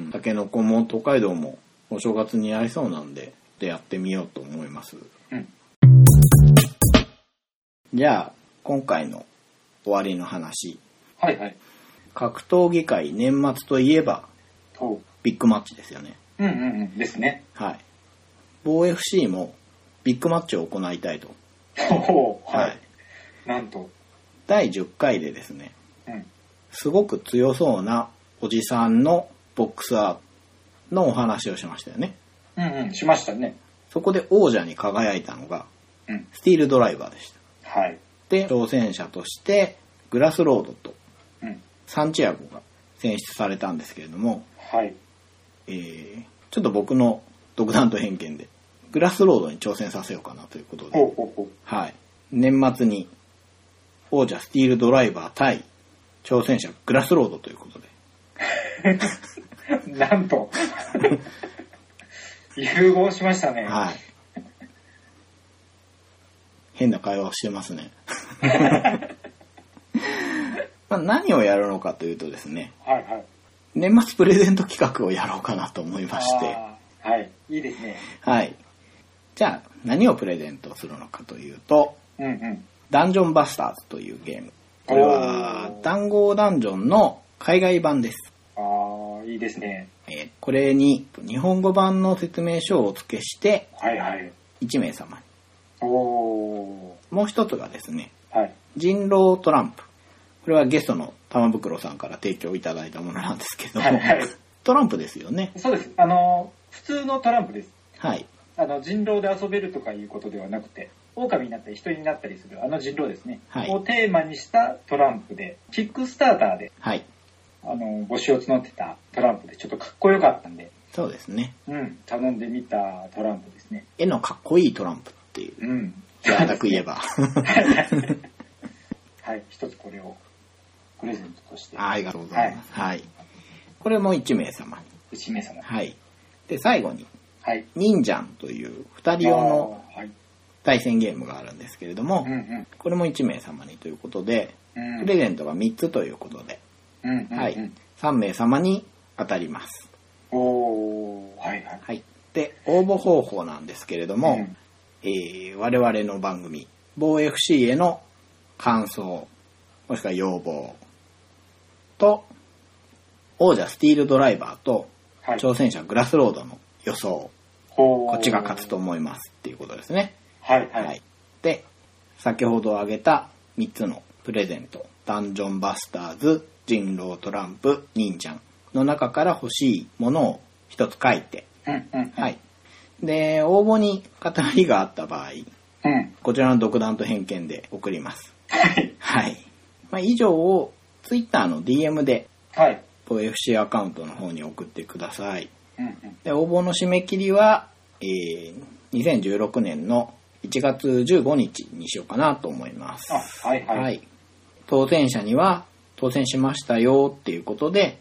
Speaker 1: ん。タケノコも東海道もお正月に合いそうなんで、でやってみようと思います。
Speaker 2: うん。
Speaker 1: じゃあ、今回の終わりの話。
Speaker 2: はいはい。
Speaker 1: 格闘技界年末といえば
Speaker 2: と、
Speaker 1: ビッグマッチですよね。
Speaker 2: うんうんうん。ですね。
Speaker 1: はい。防 FC もビッグマッチを行いたいと。
Speaker 2: おーはい。なんと。
Speaker 1: 第10回でですね、
Speaker 2: うん。
Speaker 1: すごく強そうなおじさんのボックスアートのお話をしましたよね。
Speaker 2: うんうん。しましたね。
Speaker 1: そこで王者に輝いたのが、
Speaker 2: うん。
Speaker 1: スティールドライバーでした。
Speaker 2: はい。
Speaker 1: で、挑戦者として、グラスロードと
Speaker 2: うん。
Speaker 1: サンチアゴが選出されたんですけれども、
Speaker 2: はい。
Speaker 1: えー、ちょっと僕の独断と偏見で、グラスロードに挑戦させようかなということ
Speaker 2: ほ
Speaker 1: で、
Speaker 2: うほうほう。
Speaker 1: はい。年末に、王者スティールドライバー対挑戦者グラスロードということで、
Speaker 2: なんと。融合しましたね。
Speaker 1: はい。変な会話をしてます ね。まあ何をやるのかというとですね、
Speaker 2: はいはい。
Speaker 1: 年末プレゼント企画をやろうかなと思いまして、
Speaker 2: あーはい。いいですね。
Speaker 1: はい。じゃあ、何をプレゼントするのかというと、
Speaker 2: うんうん。
Speaker 1: ダンジョンバスターズというゲーム。これは
Speaker 2: お、ー
Speaker 1: 談合ダンジョンの海外版です。
Speaker 2: ああ、いいですね。
Speaker 1: えーこれに日本語版の説明書をお付けして
Speaker 2: はいはい。
Speaker 1: 1名様に。
Speaker 2: おお
Speaker 1: もう一つがですね、
Speaker 2: ー。はい。
Speaker 1: 人狼トランプ。これはゲストの玉袋さんから提供いただいたものなんですけども
Speaker 2: はいはい、
Speaker 1: トランプですよね。
Speaker 2: そうです。あの、普通のトランプです。
Speaker 1: はい。
Speaker 2: あの、人狼で遊べるとかいうことではなくて、狼になったり人になったりするあの人狼ですね。
Speaker 1: はい
Speaker 2: をテーマにしたトランプで、キックスターターで、
Speaker 1: はい。
Speaker 2: あの、募集を募ってたトランプで、ちょっとかっこよかったんで、
Speaker 1: そうですね。
Speaker 2: うん、頼んでみたトランプですね。
Speaker 1: 絵のかっこいいトランプっていう。
Speaker 2: うん。
Speaker 1: 平たく言えば。
Speaker 2: はい、一つこれをプレゼントとして、
Speaker 1: あありがとうございます。はい。これも1名様に。
Speaker 2: 1名様。
Speaker 1: はい。で、最後に、
Speaker 2: はい。
Speaker 1: 忍者んという2人用の
Speaker 2: あーはい。
Speaker 1: 対戦ゲームがあるんですけれども
Speaker 2: うん、うん。
Speaker 1: これも1名様にということで、
Speaker 2: うん
Speaker 1: プレゼントが3つということで、
Speaker 2: うんうんうん
Speaker 1: はい。3名様に当たります。
Speaker 2: おーはいはい。
Speaker 1: はい。で、応募方法なんですけれども、
Speaker 2: うん
Speaker 1: えー我々の番組、防 FC への感想、もしくは要望と、王者スティールドライバーと、
Speaker 2: はい、
Speaker 1: 挑戦者グラスロードの予想、
Speaker 2: こ
Speaker 1: こっちが勝つと。思いますっていうことですね。
Speaker 2: はいは。
Speaker 1: はいい。で、先ほど挙げた3つのプレゼント、ダンジョンバスターズ、人狼トランプ、忍者の中から欲しいものを1つ書いて、
Speaker 2: うんうん。
Speaker 1: は。い。で、応募に偏りがあった場合、
Speaker 2: うん。
Speaker 1: こちらの独断と偏見で送ります。
Speaker 2: はい。
Speaker 1: はい。まあ、以上を Twitter の DM で、
Speaker 2: はい。
Speaker 1: FC アカウントの方に送ってください。
Speaker 2: うんうん。
Speaker 1: で、応募の締め切りは、えー2016年の1月15日にしようかなと思います。
Speaker 2: あ、はいはい。
Speaker 1: はい。当選者には、当選しましたよっていうことで、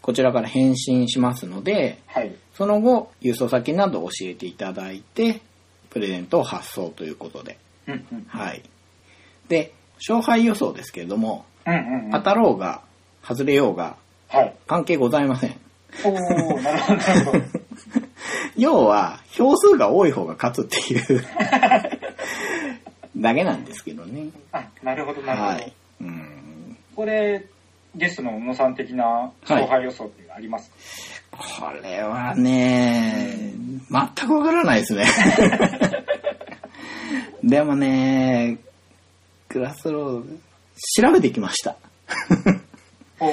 Speaker 1: こちらから返信しますので、
Speaker 2: はい。
Speaker 1: その後、郵送先などを教えていただいて、プレゼントを発送ということで。
Speaker 2: うんうん。
Speaker 1: はい。で、勝敗予想ですけれども、
Speaker 2: うんうんうん。
Speaker 1: 当たろうが、外れようが、
Speaker 2: はい。
Speaker 1: 関係ございません。
Speaker 2: おおなるほどなるほ ど。
Speaker 1: 要は、票数が多い方が勝つって いう、だけなんですけどね。
Speaker 2: あ、なるほどなるほど。
Speaker 1: はい。うん。
Speaker 2: これ、ゲストの小野さん的な勝敗予想ってありますか、
Speaker 1: これはね、全くわからない ですね。でもね、グラスロード、調べてきました。
Speaker 2: お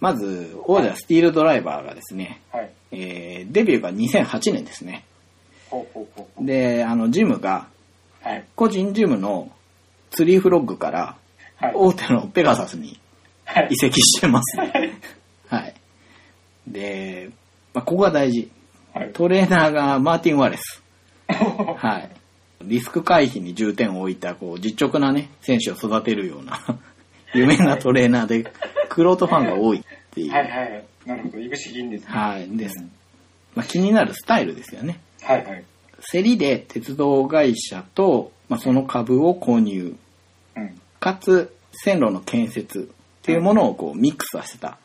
Speaker 1: まず、王者スティールドライバーがですね、
Speaker 2: おはい。
Speaker 1: えーデビューが2008年ですね。
Speaker 2: ほうほうほうほ
Speaker 1: で、あの、ジムが、
Speaker 2: う。はい。
Speaker 1: 個人ジムのツリーフロッグから、
Speaker 2: はい。
Speaker 1: 大手のペガサスに
Speaker 2: はい
Speaker 1: 移。籍してますね。はい。で、まあ、ここが大事。
Speaker 2: はい
Speaker 1: トレーナーがマーティン・ワレス。
Speaker 2: おー
Speaker 1: はい。リスク回避に重点を置いた、こう、実直なね、選手を育てるよう な、有名なトレーナーで、クロートファンが多いっていう。
Speaker 2: はいはい。なるほど。いぶし銀ですね。
Speaker 1: はい。です。まあ、気になるスタイルですよね。
Speaker 2: はいはい。
Speaker 1: 競りで鉄道会社と、まあ、その株を購入。
Speaker 2: うん。
Speaker 1: かつ、線路の建設っていうものをこう、ミックスさせた。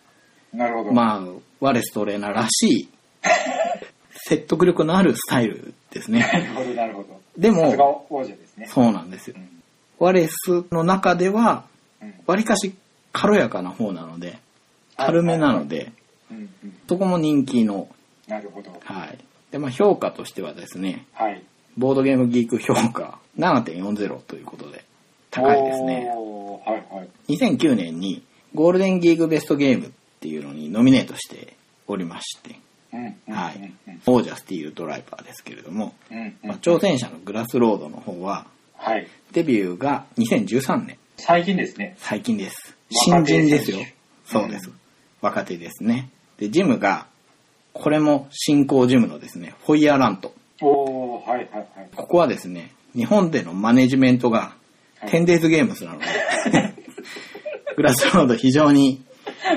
Speaker 2: なるほど。あ。
Speaker 1: まあ、ワレストレーナーらしい、 説得力のあるスタイルです
Speaker 2: な
Speaker 1: ね。
Speaker 2: るほど、なるほど。
Speaker 1: で
Speaker 2: さすが
Speaker 1: も、
Speaker 2: 王者ですね。
Speaker 1: そうなんですよ
Speaker 2: う。ん。
Speaker 1: ワレスの中では、
Speaker 2: うん。
Speaker 1: わりかし軽やかな方なので、軽めなので、
Speaker 2: うんうん。
Speaker 1: そこも人気の、
Speaker 2: なるほど。
Speaker 1: はい。で、まあ評価としてはですね、
Speaker 2: はい。
Speaker 1: ボードゲームギーク評価7.40ということで、高いですね。
Speaker 2: おーはいはい。
Speaker 1: 2009年にゴールデンギークベストゲームっていうのにノミネートしておりまして、
Speaker 2: うんうんうん。
Speaker 1: はい
Speaker 2: うん。
Speaker 1: 王者スティールドライバーですけれども、
Speaker 2: うんう
Speaker 1: まあ
Speaker 2: ん。
Speaker 1: 挑戦者のグラスロードの方は、
Speaker 2: はい。
Speaker 1: デビューが2013年、
Speaker 2: 最近ですね。
Speaker 1: 最近です。新
Speaker 2: 若手
Speaker 1: 人ですよ
Speaker 2: 選。手
Speaker 1: そうです
Speaker 2: うん。
Speaker 1: 若手ですね。で、ジムが、これも新興ジムのですね、フォイヤーラント。
Speaker 2: おーはいはいはい。
Speaker 1: ここはですね、日本でのマネジメントが、
Speaker 2: はい
Speaker 1: テンデイズゲームズなので、 グラスロード非常に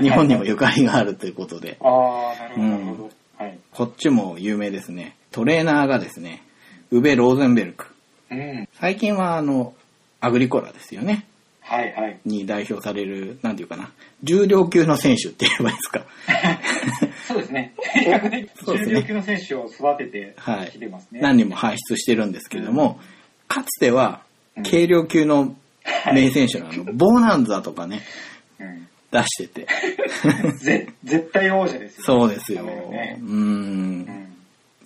Speaker 1: 日本にもゆかりがあるということで、
Speaker 2: ああ、なるほど、
Speaker 1: うん
Speaker 2: なるほど。はい。
Speaker 1: こっちも有名ですね。トレーナーがですね、ウベ・ローゼンベルク。
Speaker 2: うん。
Speaker 1: 最近はあの、アグリコラですよね。
Speaker 2: はいはい。
Speaker 1: に代表される、なんていうかな、重量級の選手って言えばいいですか。
Speaker 2: そうですね。比較的
Speaker 1: そうで
Speaker 2: 重
Speaker 1: すね
Speaker 2: 量級の選手を育てて
Speaker 1: はい
Speaker 2: きてますね。
Speaker 1: 何人も輩出してるんですけれども、かつては軽量級の名選手なの、ボーナンザとかね、
Speaker 2: う
Speaker 1: 出してて。
Speaker 2: ん、ぜ絶対王者ですよ
Speaker 1: そうですよ。
Speaker 2: だからね
Speaker 1: う。
Speaker 2: うんん、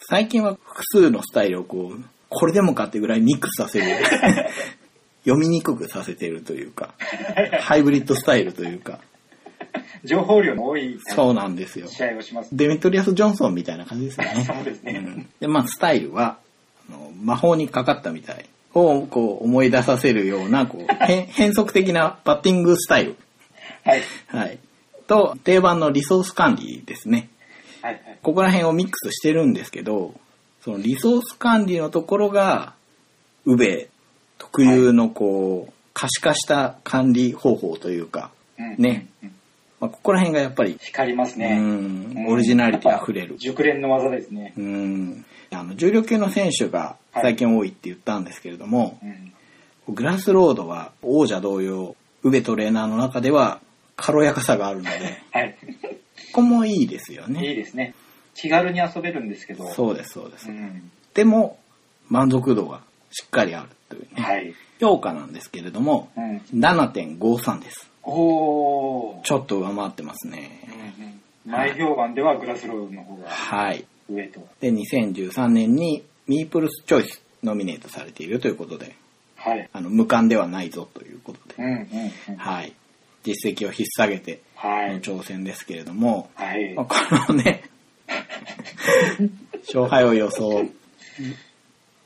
Speaker 1: 最近は複数のスタイルをこう、これでもかってぐらいミックスさせる。 読みにくくさせてるというか、ハイブリッドスタイルというか、
Speaker 2: 情報量の多い
Speaker 1: そうなんですよ。
Speaker 2: 試合をします。
Speaker 1: デメトリアス・ジョンソンみたいな感じですよね。
Speaker 2: そうですね
Speaker 1: んで、まあ、スタイルは、あの魔法にかかったみたいを、こう、思い出させるような、こう、 変変則的なバッティングスタイル。
Speaker 2: はい。
Speaker 1: はい。と、定番のリソース管理ですね。
Speaker 2: はいはい。
Speaker 1: ここら辺をミックスしてるんですけど、そのリソース管理のところが、宇部特有のこう、可視化した管理方法というか、
Speaker 2: うん
Speaker 1: ね。
Speaker 2: うん
Speaker 1: まあ、ここら辺がやっぱり、
Speaker 2: 光ります
Speaker 1: う
Speaker 2: ね。
Speaker 1: ん
Speaker 2: うん
Speaker 1: オリジナリティ溢れる。
Speaker 2: 熟練の技ですね。
Speaker 1: うんあの重量級の選手が最近多いって言ったんですけれども、
Speaker 2: うん。
Speaker 1: グラスロードは王者同様宇部トレーナーの中では軽やかさがあるので
Speaker 2: はい。
Speaker 1: ここもいいですよ
Speaker 2: いい
Speaker 1: ね
Speaker 2: ですね。気軽に遊べるんですけど。う。
Speaker 1: そうですそうです、
Speaker 2: ん。
Speaker 1: でも満足度がしっかりあるというね、
Speaker 2: はい。
Speaker 1: 評価なんですけれども
Speaker 2: うん。
Speaker 1: 7.53です
Speaker 2: おー。
Speaker 1: ちょっと上回ってます
Speaker 2: うんう
Speaker 1: ね
Speaker 2: ん前評判ではグラスロードの方が
Speaker 1: はい
Speaker 2: 上と。
Speaker 1: で2013年にミープルスチョイスノミネートされているということで
Speaker 2: はい。
Speaker 1: あの無冠ではないぞということで
Speaker 2: うんうんうん。
Speaker 1: はい、実績を引っ提げて
Speaker 2: は
Speaker 1: の
Speaker 2: い。
Speaker 1: 挑戦ですけれども、
Speaker 2: はい
Speaker 1: まあ。このね 勝敗を予想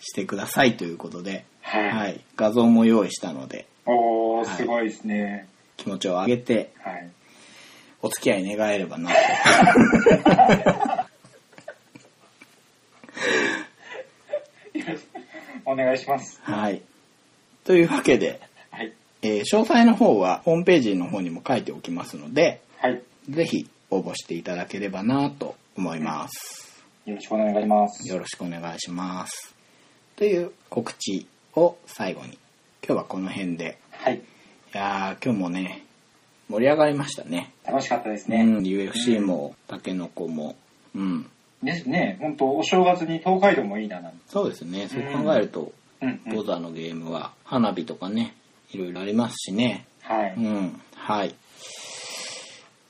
Speaker 1: してくださいということで、
Speaker 2: は。
Speaker 1: はいい、画像も用意したので
Speaker 2: お
Speaker 1: は
Speaker 2: ー、
Speaker 1: い
Speaker 2: すごいですね。
Speaker 1: 気持ちを上げて
Speaker 2: はい。
Speaker 1: お付き合い願えればなと
Speaker 2: お願いします。
Speaker 1: はいというわけで、
Speaker 2: はい。
Speaker 1: えー詳細の方はホームページの方にも書いておきますので
Speaker 2: はい。
Speaker 1: ぜひ応募していただければなと思います
Speaker 2: よろしくお願いします。
Speaker 1: よろしくお願いします。という告知を最後に。今日はこの辺で。
Speaker 2: はい。
Speaker 1: いやー、今日もね、盛り上がりましたね。
Speaker 2: 楽しかったです
Speaker 1: う
Speaker 2: ね。
Speaker 1: ん、UFC も、たけのこも。うん。
Speaker 2: ですね。本当お正月に東海道もいいななんて。
Speaker 1: そうですね。そう考えると、
Speaker 2: うん、う
Speaker 1: ド
Speaker 2: ん。
Speaker 1: ザのゲームは、花火とかね、いろいろありますしね。
Speaker 2: は
Speaker 1: う
Speaker 2: い。
Speaker 1: ん。はい。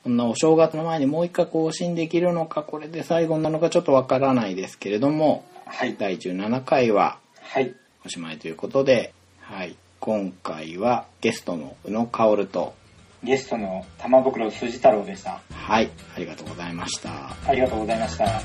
Speaker 1: こんなお正月の前にもう一回更新できるのか、これで最後なのかちょっとわからないですけれども、
Speaker 2: はい。
Speaker 1: 第17回は、
Speaker 2: はい。
Speaker 1: おしまいということで、はい、今回はゲストの宇野薫と、
Speaker 2: ゲストの玉袋筋太郎でした。
Speaker 1: はい、ありがとうございました。
Speaker 2: ありがとうございました。